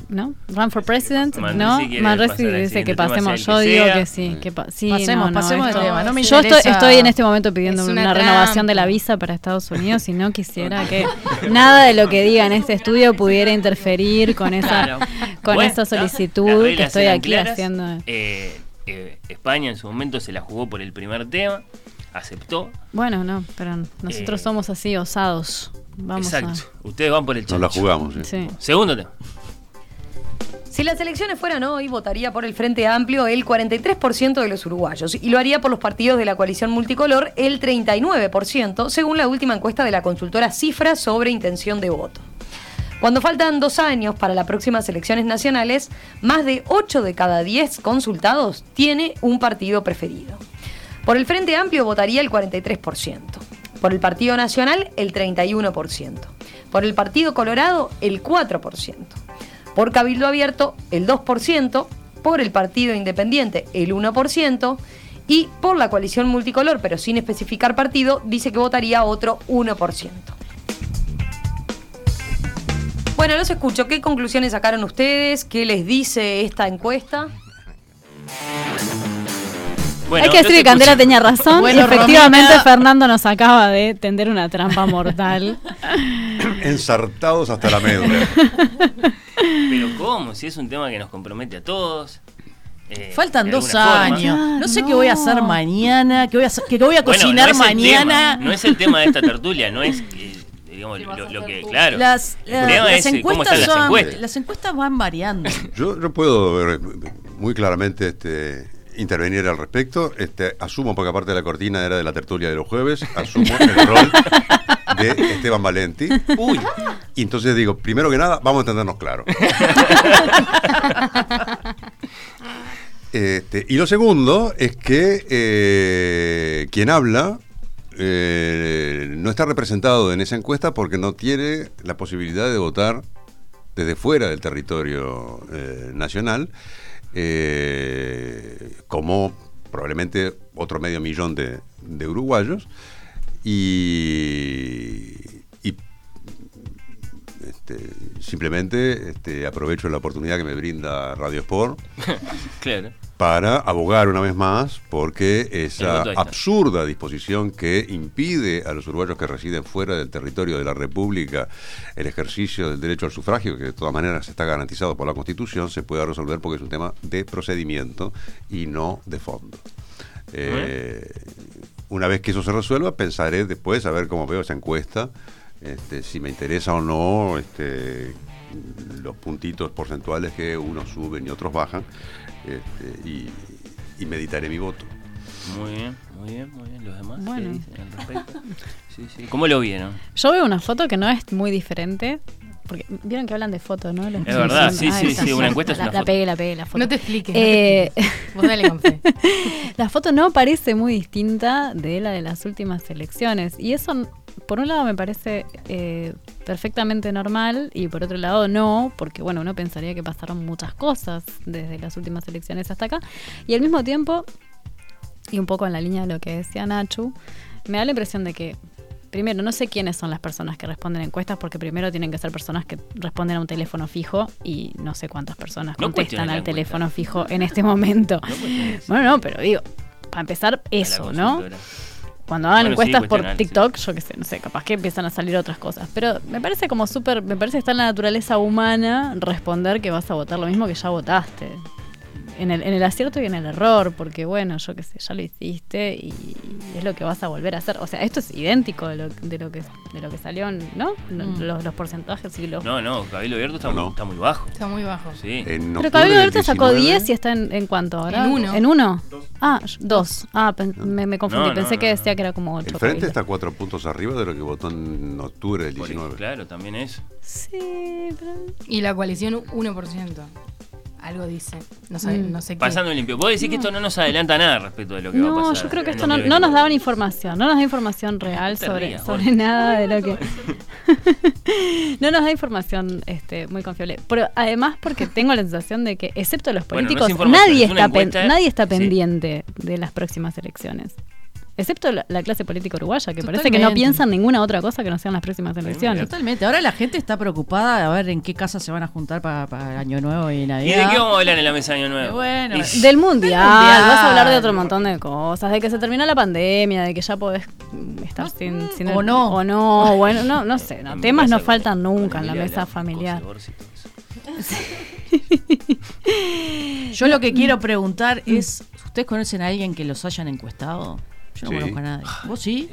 S3: ¿no? Run for President,
S1: Manresi
S3: ¿no?
S1: quiere
S3: Manresi
S1: pasar al
S3: dice
S1: siguiente
S3: que
S1: tema,
S3: pasemos.
S1: sea
S3: Yo
S1: el que
S3: digo
S1: sea.
S3: que sí. Que pa- sí,
S5: Pasemos,
S3: no, no,
S5: pasemos el
S3: esto-
S5: tema, no me
S3: Yo estoy,
S5: interesa.
S3: estoy en este momento pidiendo
S5: Es
S3: una,
S5: una
S3: renovación
S5: trampa.
S3: de la visa para Estados Unidos y no quisiera que nada de lo que diga en este estudio pudiera interferir con esa,
S1: Claro.
S3: con
S1: Bueno,
S3: esa
S1: ¿no?
S3: solicitud
S1: Las
S3: que
S1: reglas
S3: estoy
S1: eran
S3: aquí
S1: claras.
S3: haciendo.
S1: Eh, eh, España en su momento se la jugó por el primer tema, aceptó.
S3: Bueno, no, pero nosotros
S1: Eh,
S3: somos así osados. Vamos a-
S1: Exacto. Ustedes van por el chancho.
S8: la jugamos, sí.
S3: Sí.
S1: Segundo tema.
S10: Si las elecciones fueran hoy, votaría por el Frente Amplio el 43% de los uruguayos y lo haría por los partidos de la coalición multicolor el 39%, según la última encuesta de la consultora Cifra sobre intención de voto. Cuando faltan dos años para las próximas elecciones nacionales, más de 8 de cada 10 consultados tiene un partido preferido. Por el Frente Amplio votaría el 43%, por el Partido Nacional el 31%, por el Partido Colorado el 4%, por Cabildo Abierto el 2%, por el Partido Independiente el 1% y por la coalición multicolor, pero sin especificar partido, dice que votaría otro 1%. Bueno, los escucho. ¿Qué conclusiones sacaron ustedes? ¿Qué les dice esta encuesta?
S3: Hay que decir que Candela tenía razón.
S10: Bueno,
S3: y efectivamente,
S10: Romina-
S3: Fernando nos acaba de tender una trampa mortal.
S8: Ensartados hasta la médula.
S1: Pero ¿cómo? Si es un tema que nos compromete a todos. eh,
S5: Faltan
S1: de
S5: dos
S1: alguna forma.
S5: años.
S3: Ah,
S5: No sé qué voy a hacer mañana, qué voy a, hacer- qué voy a
S1: Bueno,
S5: cocinar
S1: no es el
S5: mañana.
S1: tema, no es el tema de esta tertulia, no es eh, digamos, lo, lo que, claro.
S5: Las,
S1: El
S5: las-
S1: tema
S5: las
S1: es, eh, ¿cómo
S5: encuestas
S1: están las
S5: son-
S1: encuestas?
S5: las encuestas van variando.
S8: Yo, yo puedo ver, muy claramente este, intervenir al respecto. Este, asumo, porque aparte la cortina era de la tertulia de los jueves, asumo el rol de Esteban Valenti. Uy. Y entonces digo, primero que nada, vamos a entendernos claro. Este, y lo segundo es que eh, quien habla eh, no está representado en esa encuesta porque no tiene la posibilidad de votar desde fuera del territorio eh, nacional, eh, como probablemente otro medio millón de, de uruguayos. Y, y, este, simplemente este, aprovecho la oportunidad que me brinda Radio Sport
S1: claro.
S8: para abogar una vez más porque
S1: El
S8: esa
S1: voto está.
S8: absurda disposición que impide a los uruguayos que residen fuera del territorio de la República el ejercicio del derecho al sufragio, que de todas maneras está garantizado por la Constitución, se pueda resolver porque es un tema de procedimiento y no de fondo. Eh, una vez que eso se resuelva, pensaré después a ver cómo veo esa encuesta, este, si me interesa o no este, los puntitos porcentuales que unos suben y otros bajan, este, y, y meditaré mi voto.
S1: Muy bien, muy bien, muy bien. Los demás
S3: Bueno.
S1: ¿qué dicen al respecto? Sí, sí. ¿Cómo lo vieron?
S3: Yo veo una foto que no es muy diferente. Porque vieron que hablan de fotos, ¿no? Los
S1: Es
S3: que son- Ah,
S1: verdad, sí, sí,
S3: esa
S1: sí, una encuesta es
S3: la,
S1: una
S3: la
S1: foto.
S3: pegué, la pegué, la foto.
S11: No te expliques, no te
S3: Eh,
S11: expliques. Vos dale con fe.
S3: la foto no parece muy distinta de la de las últimas elecciones. Y eso, por un lado, me parece eh, perfectamente normal y por otro lado no, porque bueno, uno pensaría que pasaron muchas cosas desde las últimas elecciones hasta acá. Y al mismo tiempo, y un poco en la línea de lo que decía Nachu, me da la impresión de que, primero, no sé quiénes son las personas que responden a encuestas, porque primero tienen que ser personas que responden a un teléfono fijo y no sé cuántas personas
S1: No cuestiones
S3: contestan
S1: la
S3: al
S1: encuesta.
S3: teléfono fijo en este momento. bueno, no, pero digo, para empezar, eso, ¿no? Cuando hagan
S1: Bueno, sí,
S3: encuestas por
S1: cuestionar, sí.
S3: TikTok, yo qué sé, no sé, capaz que empiezan a salir otras cosas. Pero me parece como súper, me parece que está en la naturaleza humana responder que vas a votar lo mismo que ya votaste. En el, en el acierto y en el error, porque bueno, yo qué sé, ya lo hiciste y es lo que vas a volver a hacer. O sea, esto es idéntico de lo, de lo que de lo que salió, ¿no?
S11: Mm.
S3: Los, los porcentajes y los...
S1: No, no, Cabildo Abierto está,
S8: No,
S1: muy-
S8: no.
S1: está muy bajo.
S11: Está muy bajo.
S1: Sí.
S8: En
S3: Pero
S8: octubre
S3: Cabildo
S8: del
S3: Abierto sacó
S8: 19,
S3: 10 y está en, en cuánto ahora.
S11: En uno.
S3: ¿En uno? Ah, dos. Ah, pen- me, me confundí,
S1: No, no,
S3: pensé que
S1: no,
S3: decía que era como ocho.
S8: El frente
S3: Cabildo.
S8: está cuatro puntos arriba de lo que votó en octubre del
S1: Por-
S8: 19.
S1: Claro, también es.
S3: Sí, pero...
S11: Y la coalición 1%. Algo dice. No sé,
S3: Mm.
S11: no sé qué.
S1: Pasando el limpio. Vos decís que esto no nos adelanta nada respecto de lo que va a
S3: No,
S1: pasar.
S3: yo creo que esto
S1: en
S3: no,
S1: el
S3: no nos
S1: 20.
S3: daban información, no nos da información real
S1: te
S3: sobre,
S1: rías,
S3: sobre
S1: Jorge.
S3: nada de lo que... no nos da información este, muy confiable. Pero además porque tengo la sensación de que, excepto los
S1: Bueno, no es
S3: políticos,
S1: información,
S3: nadie,
S1: es una
S3: está pen-
S1: encuesta,
S3: nadie está
S1: sí.
S3: pendiente de las próximas elecciones. Excepto la, la clase política uruguaya, que parece que
S5: Totalmente.
S3: no piensan ninguna otra cosa que no sean las próximas elecciones.
S5: Totalmente. Ahora la gente está preocupada a ver en qué casa se van a juntar para, para Año Nuevo y
S1: ¿Y de
S5: Navidad.
S1: qué vamos a hablar en la mesa de Año Nuevo?
S5: bueno,
S1: Y-
S3: Del mundial,
S5: mundial.
S3: vas a hablar de otro montón de cosas, de que se terminó la pandemia, de que ya podés mm, estar sin, sin
S5: o
S3: el-
S5: no.
S3: o no, bueno, no, no sé, no,
S5: En mi
S3: temas no
S5: casa
S3: faltan nunca en la
S5: Emilia
S3: mesa
S5: hablamos
S3: familiar.
S5: Yo lo que quiero preguntar
S3: Mm.
S5: es, ¿ustedes conocen a alguien que los hayan encuestado? Yo no
S8: Sí. Ah,
S5: conozco a nadie. ¿Vos sí?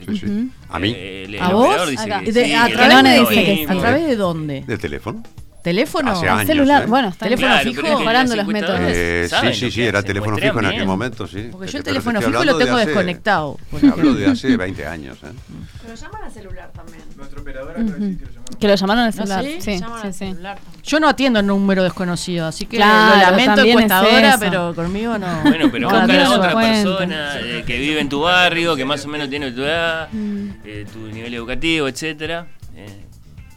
S8: ¿A mí?
S1: Eh, El- el
S5: ¿A
S1: operador
S5: vos?
S1: dice
S5: Acá.
S1: que
S5: De-
S1: sí,
S5: a
S1: que
S5: través
S1: no,
S5: de
S1: no,
S5: qué?
S1: sí,
S5: ¿A
S1: no.
S5: través de dónde?
S8: ¿Del teléfono?
S5: ¿Teléfono?
S8: Hace años, Celular, ¿eh? bueno, está bien.
S5: teléfono
S8: Claro,
S5: fijo.
S8: pero es que
S3: Comparando las métodos.
S8: Eh, sí, sí, sí, era teléfono fijo en
S5: muestrean
S8: aquel
S5: bien.
S8: momento, sí.
S5: Porque
S8: Eh,
S5: yo el
S8: pero te
S5: teléfono fijo
S8: estoy
S5: lo
S8: hablando de
S5: tengo
S8: hace-
S5: desconectado.
S8: te Hablo de hace 20 años. ¿eh?
S2: Pero llaman al celular también.
S4: Nuestro
S3: Mm.
S4: operador
S3: Que lo llamaron
S5: No
S3: al celular,
S5: sé,
S3: sí,
S2: llaman
S3: sí, sí.
S5: Yo no atiendo un número desconocido, así que
S3: Claro,
S5: lo lamento,
S3: también es
S5: encuestadora,
S3: eso.
S5: pero conmigo no.
S1: Bueno, pero
S5: No,
S1: buscar a
S5: no,
S1: otra
S5: cuenta.
S1: persona eh, que vive en tu barrio, que más o menos tiene tu edad,
S11: Mm.
S1: eh, tu nivel educativo, etcétera. Eh,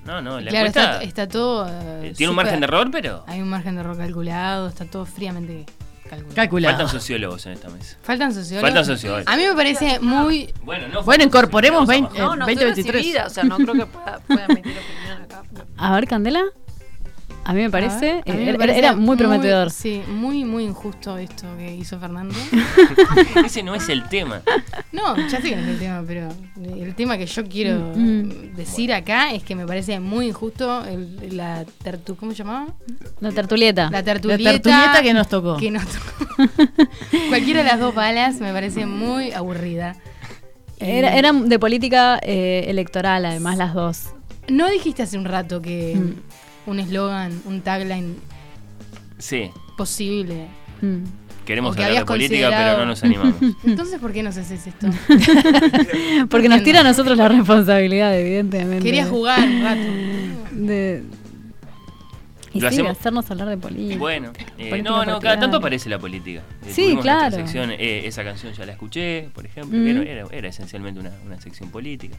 S1: no, no, la
S11: Claro,
S1: encuesta
S11: está, está todo. eh,
S1: tiene un
S11: súper-
S1: margen de error, pero
S11: Hay un margen de error calculado, está todo fríamente calculado.
S1: faltan sociólogos en esta mesa.
S11: Faltan sociólogos.
S1: Faltan sociólogos.
S11: A mí me parece muy.
S1: Bueno, no,
S5: Bueno, incorporemos eh, 20,
S2: No, no, estoy
S5: 2023.
S2: recibida, o sea, no creo que pueda, pueda emitir opinión acá.
S3: A ver, Candela, a mí me parece, Eh,
S11: A mí me
S3: era-
S11: parece
S3: era muy prometedor.
S11: sí, muy, muy injusto esto que hizo Fernando. Ah.
S1: Ese no es el tema.
S11: No, ya sé que no es el tema, pero el tema que yo quiero
S3: Mm.
S11: decir acá es que me parece muy injusto el- la tertu, ¿cómo se llamaba?
S3: La tertulieta.
S11: La tertulieta,
S5: que nos tocó.
S11: que nos tocó. Cualquiera de las dos balas me parece muy aburrida.
S3: Era- eran de política eh, electoral, además, las dos.
S11: ¿No dijiste hace un rato que
S3: Mm.
S11: un eslogan, un tagline
S1: Sí,
S11: posible
S1: queremos
S11: O que
S1: hablar de
S11: habías
S1: política,
S11: considerado.
S1: pero no nos animamos.
S11: Entonces, ¿por qué nos haces esto?
S3: Porque nos tira a nosotros la responsabilidad, evidentemente.
S11: Quería
S3: de-
S11: jugar un rato.
S3: De... Y
S1: Lo
S3: sí,
S1: hacemos-
S3: hacernos hablar de política.
S1: Bueno, eh,
S3: Política
S1: no, no, cada
S3: partidaria.
S1: tanto aparece la política. Eh,
S3: Sí,
S1: tuvimos nuestra
S3: claro.
S1: sección, eh, esa canción ya la escuché, por ejemplo, que
S3: Mm.
S1: era, era- era esencialmente una, una sección política.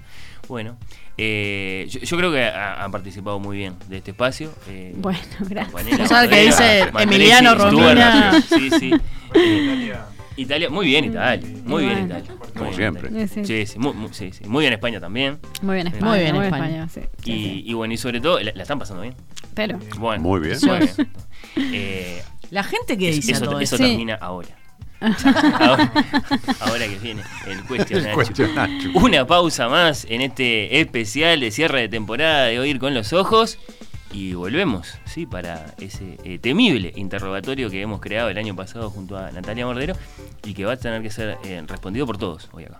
S1: Bueno, eh, yo, yo creo que ha- han participado muy bien de este espacio. eh,
S3: Bueno, gracias.
S1: Campanella,
S5: Vos sabés que
S1: Madera,
S5: dice
S1: Mantelesi,
S5: Emiliano
S1: Stuart,
S5: Romina.
S1: Racing, Sí, sí. Eh, Italia, muy bien Italia, muy bien
S3: Bueno.
S1: Italia. muy
S8: Como
S1: bien
S8: siempre.
S1: Italia.
S3: Sí, sí.
S1: Sí, sí, muy, muy- sí, sí, muy bien España también.
S3: Muy bien España.
S5: bien
S3: muy bien
S5: España.
S3: España, sí.
S1: Y, y bueno, y sobre todo, la, la están pasando bien.
S3: Pero
S1: Bueno,
S8: Muy bien.
S1: muy bien. Eh,
S5: La gente que
S1: es-
S5: dice
S1: eso
S5: todo
S1: eso
S5: esto.
S1: termina ahora. ahora. ahora que viene el
S8: El
S1: cuestionario.
S8: cuestionario.
S1: Una pausa más en este especial de cierre de temporada de Oír con los Ojos. Y volvemos, sí, para ese eh, temible interrogatorio que hemos creado el año pasado junto a Natalia Mordero y que va a tener que ser eh, respondido por todos hoy acá.